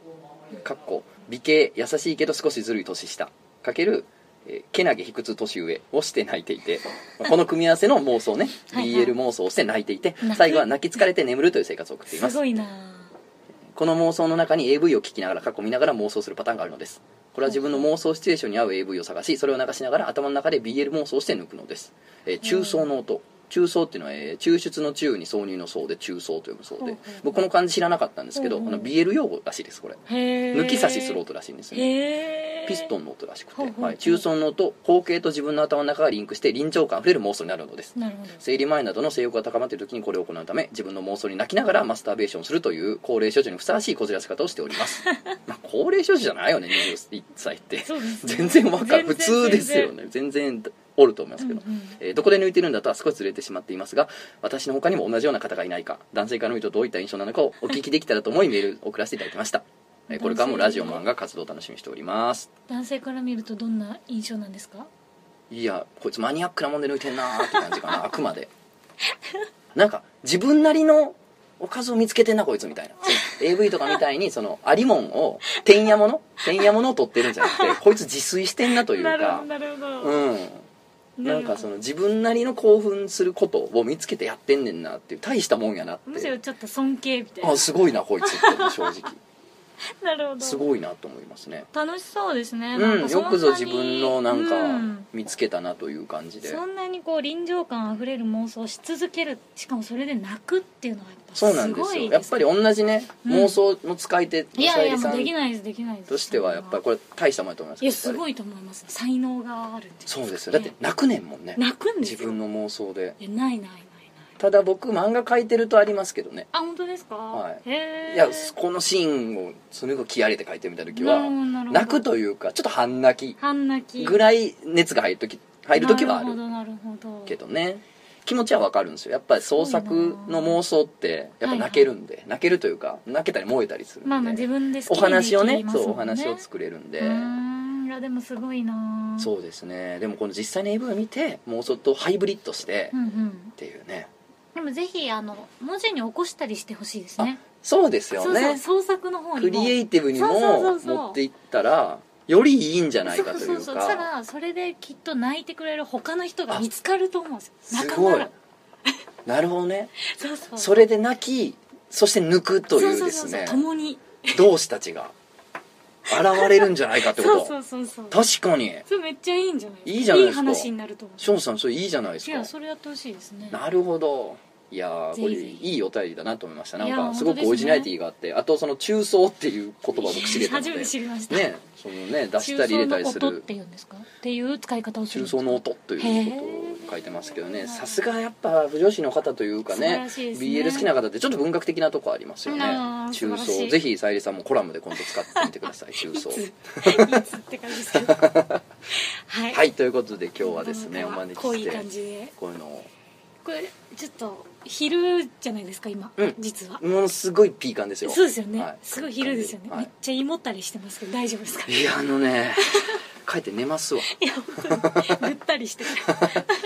Speaker 1: かっこ美形優しいけど少しずるい年下かけるえーけなげ卑屈年上をして泣いていてこの組み合わせの妄想ね
Speaker 2: はいはい
Speaker 1: BL 妄想をして泣いていて
Speaker 2: 泣く
Speaker 1: 最後は泣き疲れて眠るという生活を送っていますす
Speaker 2: ごいな
Speaker 1: この妄想の中に AV を聞きながら過去見ながら妄想するパターンがあるのですこれは自分の妄想シチュエーションに合う AV を探しそれを流しながら頭の中で BL 妄想をして抜くのです、えー中層の音中層っていうのは、えー抽出の中に挿入の層で中層と読む層
Speaker 2: ほうほ
Speaker 1: で
Speaker 2: うほう
Speaker 1: 僕この漢字知らなかったんですけど、
Speaker 2: うんうん
Speaker 1: あの BL 用語らしいですこれ
Speaker 2: へえ
Speaker 1: 抜き差しする音らしいんですね
Speaker 2: へ
Speaker 1: ピストンの音らしくて、
Speaker 2: ほうほうほう
Speaker 1: はい、中尊の音光景と自分の頭の中がリンクして臨場感あふれる妄想になるのです
Speaker 2: なるほど
Speaker 1: 生理前などの性欲が高まっている時にこれを行うため自分の妄想に泣きながらマスターベーションするという高齢処女にふさわしいこじらせ方をしておりますまあ高齢処女じゃないよね21歳って
Speaker 2: そうですね
Speaker 1: 全然若い
Speaker 2: 全然
Speaker 1: 普通ですよね全然おると思いますけど、
Speaker 2: うんうん
Speaker 1: えーどこで抜いてるんだとは少しずれてしまっていますが私の他にも同じような方がいないか男性から見るとどういった印象なのかをお聞きできたらと思いメールを送らせていただきました、えーこれからもラジオ漫画活動を楽しみにしております
Speaker 2: 男性から見るとどんな印象なんですか
Speaker 1: いやこいつマニアックなもんで抜いてんなーって感じかな あくまでなんか自分なりのおかずを見つけてんなこいつみたいなそう AV とかみたいにそのありもんをてんやものてんやものを取ってるんじゃな くてこいつ自炊してんなという
Speaker 2: なるほ
Speaker 1: か
Speaker 2: どなるほど、
Speaker 1: うんなんかそ
Speaker 2: の
Speaker 1: の自分なりの興奮することを見つけてやってんねんなっていう大したもんやなっ
Speaker 2: むしてろちょっと尊敬みたい
Speaker 1: あすごいなこいつって正直
Speaker 2: ななるほど
Speaker 1: すごいなと思いますね
Speaker 2: 楽しそうですね、なん
Speaker 1: う
Speaker 2: か
Speaker 1: ん
Speaker 2: そ
Speaker 1: よ
Speaker 2: なに
Speaker 1: くぞ自分のなん
Speaker 2: う
Speaker 1: か
Speaker 2: ん
Speaker 1: 見つけたなという感じで
Speaker 2: そんなにこう臨場感あふれる妄想をし続けるしかもそれで泣くっていうのはやっぱす
Speaker 1: そ
Speaker 2: ごいう
Speaker 1: なんですよ
Speaker 2: で
Speaker 1: や
Speaker 2: す
Speaker 1: っぱり同じね
Speaker 2: うん
Speaker 1: 妄想の使い手お
Speaker 2: いやいや
Speaker 1: り
Speaker 2: も
Speaker 1: さ
Speaker 2: うで
Speaker 1: ん
Speaker 2: きないですできないです
Speaker 1: としてはやっぱりこれ大したもんやと思います
Speaker 2: いやすご
Speaker 1: い
Speaker 2: いと思います才能があるってい
Speaker 1: そうですよ
Speaker 2: ね
Speaker 1: だって泣くねんもんね
Speaker 2: 泣くんです
Speaker 1: 自
Speaker 2: よ
Speaker 1: 分の妄想で
Speaker 2: いやないないないない
Speaker 1: ただ僕漫画描いてるとありますけどね
Speaker 2: あ本当ですか、
Speaker 1: はい
Speaker 2: へえ
Speaker 1: いやこのシーンをすごく気合い入れて描いてみた時
Speaker 2: なる
Speaker 1: は
Speaker 2: ほどなるほど
Speaker 1: 泣くというかちょっと半泣
Speaker 2: 半泣
Speaker 1: き
Speaker 2: き
Speaker 1: ぐらい熱が入る時入る時はあ
Speaker 2: なるほど
Speaker 1: る
Speaker 2: なるほど
Speaker 1: けどね気持ちはわかるんですよやっぱり創作の妄想ってやっぱ泣けるんで泣けるというか泣けたり燃えたりするんで
Speaker 2: まあまあ自分で好き
Speaker 1: お
Speaker 2: にできます
Speaker 1: 話を
Speaker 2: もん
Speaker 1: ね
Speaker 2: ね
Speaker 1: そうお話を作れるんで
Speaker 2: うーんいやでもすごいなう、
Speaker 1: そうですねでもこの実際の AV を見て妄想とハイブリッドして
Speaker 2: うんうん
Speaker 1: っ、ていうね
Speaker 2: でもぜひあの文字に起こしたりしてほしいですね
Speaker 1: そうですよ
Speaker 2: そうそう
Speaker 1: ね
Speaker 2: 創作の方に
Speaker 1: ク
Speaker 2: も
Speaker 1: リエイティブにも
Speaker 2: そうそうそうそう
Speaker 1: 持っていったらよりいいんじゃないかとい
Speaker 2: そうそううそうた
Speaker 1: から
Speaker 2: それできっと泣いてくれる他の人が見つかると思うんですよ
Speaker 1: す
Speaker 2: 仲
Speaker 1: ご
Speaker 2: 間
Speaker 1: い
Speaker 2: が
Speaker 1: なるほどね
Speaker 2: そうそう
Speaker 1: それで泣きそして抜くというですね
Speaker 2: そうそうそうそう共に
Speaker 1: 同志たちが現れるんじゃないかってこ
Speaker 2: そ
Speaker 1: と
Speaker 2: うそうそうそう
Speaker 1: 確かに
Speaker 2: それめっちゃいいんじゃない
Speaker 1: いいじゃないですか
Speaker 2: 話になると思う
Speaker 1: ションさんそれいいじゃないです
Speaker 2: い
Speaker 1: か
Speaker 2: やそれやってほしいですね
Speaker 1: なるほどいやー
Speaker 2: ぜ
Speaker 1: こ
Speaker 2: ひ
Speaker 1: れ
Speaker 2: ぜひ
Speaker 1: いいお便りだなと思いましたないん
Speaker 2: や
Speaker 1: かすごく
Speaker 2: 本当ですね
Speaker 1: オリジナリティがあってあとその中層っていう言葉僕知れたの
Speaker 2: 初
Speaker 1: で
Speaker 2: めて知りました
Speaker 1: ねそのね出し
Speaker 2: 中
Speaker 1: たり入
Speaker 2: 層
Speaker 1: れた
Speaker 2: の
Speaker 1: りす
Speaker 2: 音っ
Speaker 1: る
Speaker 2: ていうんですかっていう使い方をするん
Speaker 1: 中
Speaker 2: ですか
Speaker 1: 層の音ということを書いてますけど
Speaker 2: へ
Speaker 1: ね
Speaker 2: ー
Speaker 1: さすがやっぱ不女子の方というか
Speaker 2: 素晴
Speaker 1: ね
Speaker 2: らしいですね
Speaker 1: BL 好きな方ってちょっと文学的なとこありますよね
Speaker 2: あー素晴
Speaker 1: 中
Speaker 2: らしい
Speaker 1: 層ぜひさゆりさんもコラムで今度使ってみてくだ さい中層
Speaker 2: いついつって感じですけどはい
Speaker 1: はいということで今日はですねお
Speaker 2: なん
Speaker 1: 招
Speaker 2: か
Speaker 1: き
Speaker 2: 濃
Speaker 1: し
Speaker 2: い
Speaker 1: て
Speaker 2: 感じで
Speaker 1: こういうのを
Speaker 2: これちょっと昼じゃないですか今、
Speaker 1: うん
Speaker 2: 実は
Speaker 1: ものすごいピーカンですよ
Speaker 2: そうですよね、
Speaker 1: はい
Speaker 2: すごい昼ですよね、
Speaker 1: はい
Speaker 2: めっちゃ胃もったりしてますけど大丈夫ですか
Speaker 1: いやあのね帰って寝ますわ
Speaker 2: いや本当にぐったりしてる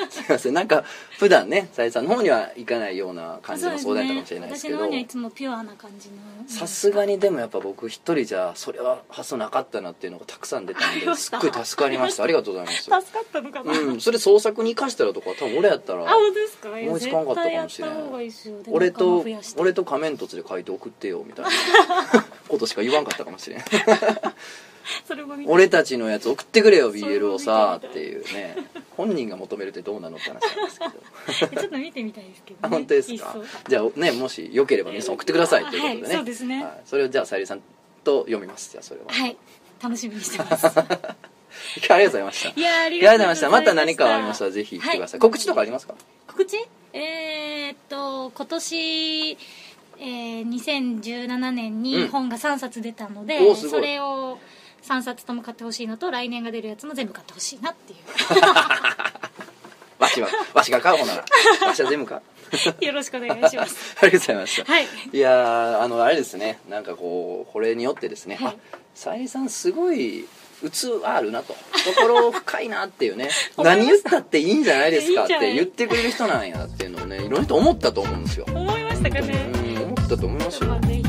Speaker 1: すいませんなんか普段ねさゆりさんの方には行かないような感じの
Speaker 2: そう
Speaker 1: 相談
Speaker 2: で
Speaker 1: だ
Speaker 2: す
Speaker 1: ったかもしれな
Speaker 2: ね
Speaker 1: いです
Speaker 2: 私
Speaker 1: け
Speaker 2: の
Speaker 1: ど
Speaker 2: 方にはいつもピュアな感じの
Speaker 1: さすがにでもやっぱ僕一人じゃそれは発想なかったなっていうのがたくさん出たん
Speaker 2: ありま
Speaker 1: で
Speaker 2: し
Speaker 1: すったごい助かりましたありがとうございます
Speaker 2: 助かったのかな、
Speaker 1: うんそれ創作に生かしたらとか多分俺やったら
Speaker 2: あ本当ですかいや
Speaker 1: 思いつかんかったかもしれん
Speaker 2: 絶対やった方がいいですよで
Speaker 1: 俺
Speaker 2: 仲間
Speaker 1: と
Speaker 2: 増やして
Speaker 1: 俺と仮面凸で書いて送ってよみたいなことしか言わんかったかもしれん
Speaker 2: それも見て
Speaker 1: 俺たちのやつ送ってくれよ BL をさ
Speaker 2: そ
Speaker 1: っ
Speaker 2: れも
Speaker 1: て
Speaker 2: 見
Speaker 1: いうね本人が求めるってどうなのって話なんですけど
Speaker 2: ちょっと見てみたいですけど、
Speaker 1: あ
Speaker 2: ね、
Speaker 1: 本当です
Speaker 2: いっ
Speaker 1: か
Speaker 2: そ
Speaker 1: じゃあねもしよければ皆さん送ってくださいということでね、
Speaker 2: はいそうですね
Speaker 1: はいそれをじゃあさゆりさんと読みますじ ゃあそれは、
Speaker 2: はい楽しみにしてます
Speaker 1: ありがとうございました
Speaker 2: いやあ
Speaker 1: あ
Speaker 2: り
Speaker 1: りが
Speaker 2: が
Speaker 1: とう
Speaker 2: と
Speaker 1: ご
Speaker 2: う
Speaker 1: ざいま
Speaker 2: ございま
Speaker 1: し
Speaker 2: したた
Speaker 1: また何かありましたらぜひ言ってください、告知とかありますか
Speaker 2: 告知えー、っと今年、えー、2017年
Speaker 1: うん
Speaker 2: に本が3冊出たので、
Speaker 1: おーすごい
Speaker 2: それを3冊とも買ってほしいのと来年が出るやつも全部買ってほしいなってい
Speaker 1: わしは わしが買うほならわしは全部買う
Speaker 2: うよろしくお願いします
Speaker 1: ありがとうございました、
Speaker 2: はい
Speaker 1: いやーあのあれですねなんかこうこれによってですね、
Speaker 2: はい
Speaker 1: あさゆりさんすごい器あるなと心深いなっていうね
Speaker 2: 思いました
Speaker 1: 何言ったっていいんじゃないですかっ
Speaker 2: いいんじゃな
Speaker 1: て
Speaker 2: い
Speaker 1: 言ってくれる人なんやっていうのをねいろんな人思ったと思うんですよ、
Speaker 2: 思いましたかね
Speaker 1: うん思ったと思いますよ
Speaker 2: まあぜひ